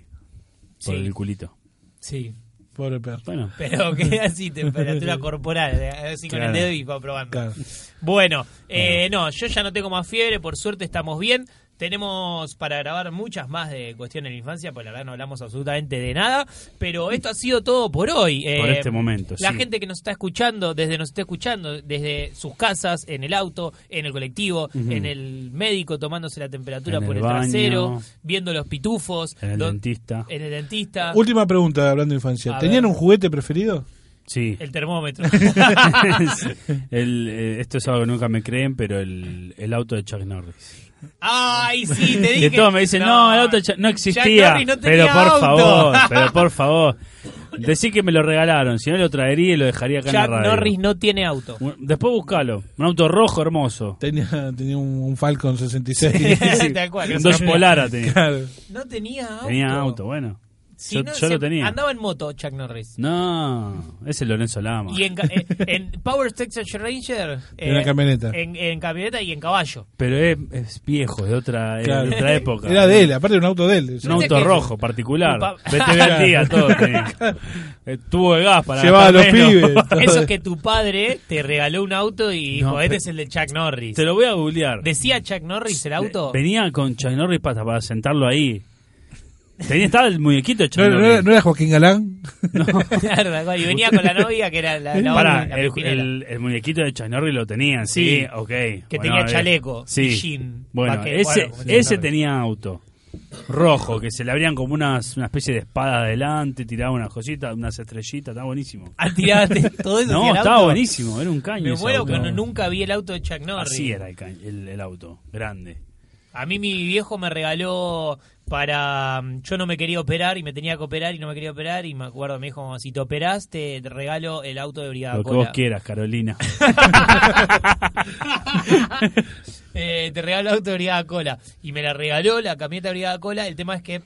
B: Por
A: Sí.
B: el culito.
A: Sí.
C: pobre perro.
B: Bueno.
A: Pero queda así, temperatura corporal. eh, Así con
B: Claro.
A: el dedo y va probando.
C: Claro.
A: Bueno, eh, no, yo ya no tengo más fiebre. Por suerte estamos bien. Tenemos para grabar muchas más de cuestiones de la infancia, pues la verdad no hablamos absolutamente de nada. Pero esto ha sido todo por hoy.
B: Por
A: Eh,
B: este momento,
A: La
B: sí.
A: gente que nos está escuchando, desde nos está escuchando, desde sus casas, en el auto, en el colectivo, en el médico tomándose la temperatura
B: En
A: por
B: el
A: el, trasero,
B: baño.
A: viendo los pitufos,
B: En el
A: don-
B: dentista.
A: en el dentista,
C: Última pregunta, hablando de infancia.
A: A
C: ¿Tenían
A: ver.
C: un juguete preferido?
B: Sí.
A: el termómetro.
B: El, eh, esto es algo que nunca me creen, pero el, el auto de Chuck Norris.
A: Ay, sí, te
B: Que
A: dije.
B: todos me dicen, no, el auto de Chuck no
A: Jack
B: existía.
A: Norris no
B: pero
A: tenía
B: por
A: auto.
B: favor, pero por favor. Decí que me lo regalaron, si no lo traería y lo dejaría acá
A: Jack
B: en la radio.
A: Norris no tiene auto.
B: Un- Después buscalo. Un auto rojo hermoso.
C: Tenía, tenía un, un Falcon 66.
A: Tal cual, que
B: Un
A: no
B: Dodge
A: se lo-
B: Polara tenía.
C: claro.
A: No tenía auto.
B: Tenía auto, bueno.
A: Si
B: yo
A: no,
B: yo lo
A: se-
B: tenía.
A: Andaba en moto Chuck Norris.
B: No, ese es Lorenzo Lama.
A: Y en, ca- eh, en Power Texas Ranger. eh,
C: En una camioneta.
A: En, en camioneta y en caballo.
B: Pero es, es viejo, de otra, es
C: Claro.
B: de otra época.
C: Era de él, aparte era un auto de él.
B: Un auto rojo particular.
A: Pa-
B: BTV al día, todo tenía. Eh, Tubo de gas para
C: Llevaba a los
B: gastar menos.
C: pibes. todo.
A: Eso es que tu padre te regaló un auto y dijo,
B: No,
A: este
B: pe-
A: es el de Chuck Norris.
B: Te lo voy a googlear.
A: ¿Decía Chuck Norris el auto?
B: Venía con Chuck Norris para, para sentarlo ahí. Tenía, estaba el muñequito de Chuck
C: ¿No, no era,
B: Norris.
C: no era Joaquín Galán?
A: Claro, tal cual. y venía con la novia que era la, la
B: Pará,
A: la
B: el,
A: pipinela.
B: el- el muñequito de Chuck Norris lo tenían, sí,
A: Sí.
B: ok.
A: Que
B: Bueno,
A: tenía
B: eh,
A: chaleco
B: sí.
A: y jean.
B: Bueno,
A: Vaquero,
B: ese,
A: bueno, como Chuck
B: ese
A: Norris.
B: tenía auto. Rojo, que se le abrían como unas, una especie de espada adelante, tiraba unas cositas, unas estrellitas, estaba buenísimo.
A: Ah, tiraste todo eso. hacia
B: No,
A: el
B: estaba
A: auto.
B: buenísimo, era un caño.
A: Me
B: ese
A: muero
B: auto.
A: que no- nunca vi el auto de Chuck Norris.
B: Así era el, ca- el- el auto, grande.
A: A mí mi viejo me regaló para... mm, Yo no me quería operar y me tenía que operar y no me quería operar y me acuerdo, me dijo, si te operás te te regalo el auto de Brigada
B: Lo que
A: Cola".
B: vos quieras, Carolina.
A: Eh, te regalo el auto de Brigada Cola. Y me la regaló la camioneta de Brigada Cola. El tema es que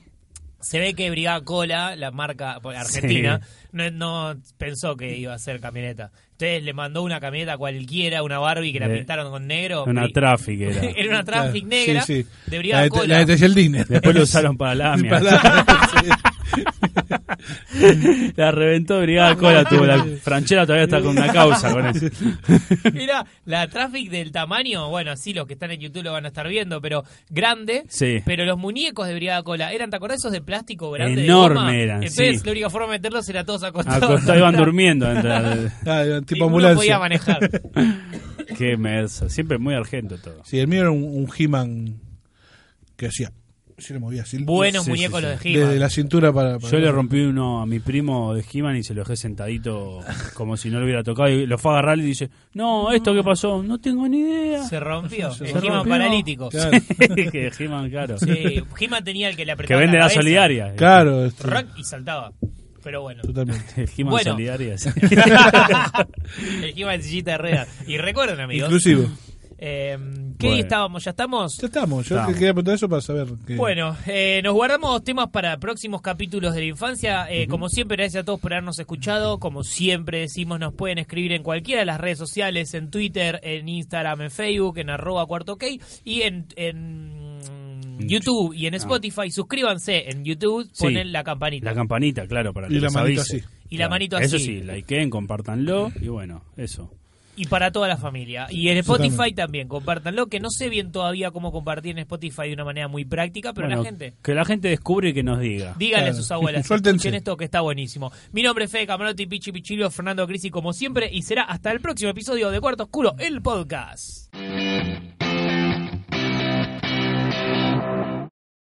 A: se ve que Brigada Cola, la marca por- argentina, no, no pensó que iba a ser camioneta. Entonces le mandó una camioneta cualquiera, una Barbie que la
B: Eh,
A: pintaron con negro.
B: Una
A: Bri-
B: traffic era.
A: era una traffic
C: Claro,
A: negra
C: sí, sí.
A: de
C: La
A: Brigada
C: de,
A: Cola.
C: la de Tejeldine.
B: Después lo usaron para la
C: Para la-
B: La reventó Brigada Cola, tuvo la franchera todavía está con una causa con eso.
A: Era la traffic del tamaño, bueno, sí, los que están en YouTube lo van a estar viendo, pero grande.
B: Sí.
A: Pero los muñecos de Brigada Cola eran, ¿te acordás esos de plástico grande?
B: Enorme
A: de goma?
B: eran,
A: Entonces
B: sí.
A: la única forma de meterlos era todos acostados.
B: Acostados iban durmiendo dentro de la-
C: Ah, era
A: Y
C: tipo
A: uno
C: ambulancia.
A: podía manejar.
B: G, Mersa, siempre muy argento todo.
C: Sí, el mío era un, un He-Man que hacía. Se le movía así.
A: Buenos
C: Sí, sí,
A: muñecos
C: sí.
A: los de He-Man.
C: Desde la cintura para. para-
B: Yo le rompí uno a mi primo de He-Man y se lo dejé sentadito como si no lo hubiera tocado. Y lo fue a agarrar y dice: No, ¿esto qué pasó? No tengo ni idea.
A: Se rompió. Se
B: rompió.
A: paralítico.
C: Claro,
B: que He-Man, claro.
A: Sí, He-Man tenía el que le
B: que
A: apretaba.
B: vende la
A: cabeza,
B: solidaria.
C: claro, este,
A: rac, y saltaba. Pero bueno.
C: totalmente.
B: El He-Man
A: Bueno.
B: solidaria. sí.
A: el He-Man en sillita de ruedas. Y recuerden, amigos.
C: Inclusivo.
A: eh, ¿Qué
B: Bueno.
A: día estábamos? ¿Ya estamos?
C: Ya estamos. Yo
B: Estamos.
C: te quería preguntar eso para saber. Que,
A: Bueno, eh, nos guardamos dos temas para próximos capítulos de la infancia. Eh, Como siempre, gracias a todos por habernos escuchado. Como siempre decimos, nos pueden escribir en cualquiera de las redes sociales, en Twitter, en Instagram, en Facebook, en arroba cuarto ok y en... en, mm, YouTube y en Spotify, suscríbanse en YouTube,
B: Ah. Sí.
A: ponen la campanita.
B: La campanita, claro, para
C: Y
B: que
C: la
B: les
C: manito
B: avise.
C: así.
A: Y la manito así.
B: Eso sí, likeen, compártanlo y bueno, eso.
A: Y para toda la familia. Y en
C: Exactamente.
A: Spotify también, compártanlo, que no sé bien todavía cómo compartir en Spotify de una manera muy práctica, pero
B: Bueno,
A: la gente...
B: Que la gente descubre y que nos diga.
A: Díganle a
C: Claro.
A: sus abuelas,
C: Suéltense.
A: escuchen esto que está buenísimo. Mi nombre es Fede Camarotti, Pichi Pichilio, Fernando Crisi, como siempre, y será hasta el próximo episodio de Cuarto Oscuro, el podcast.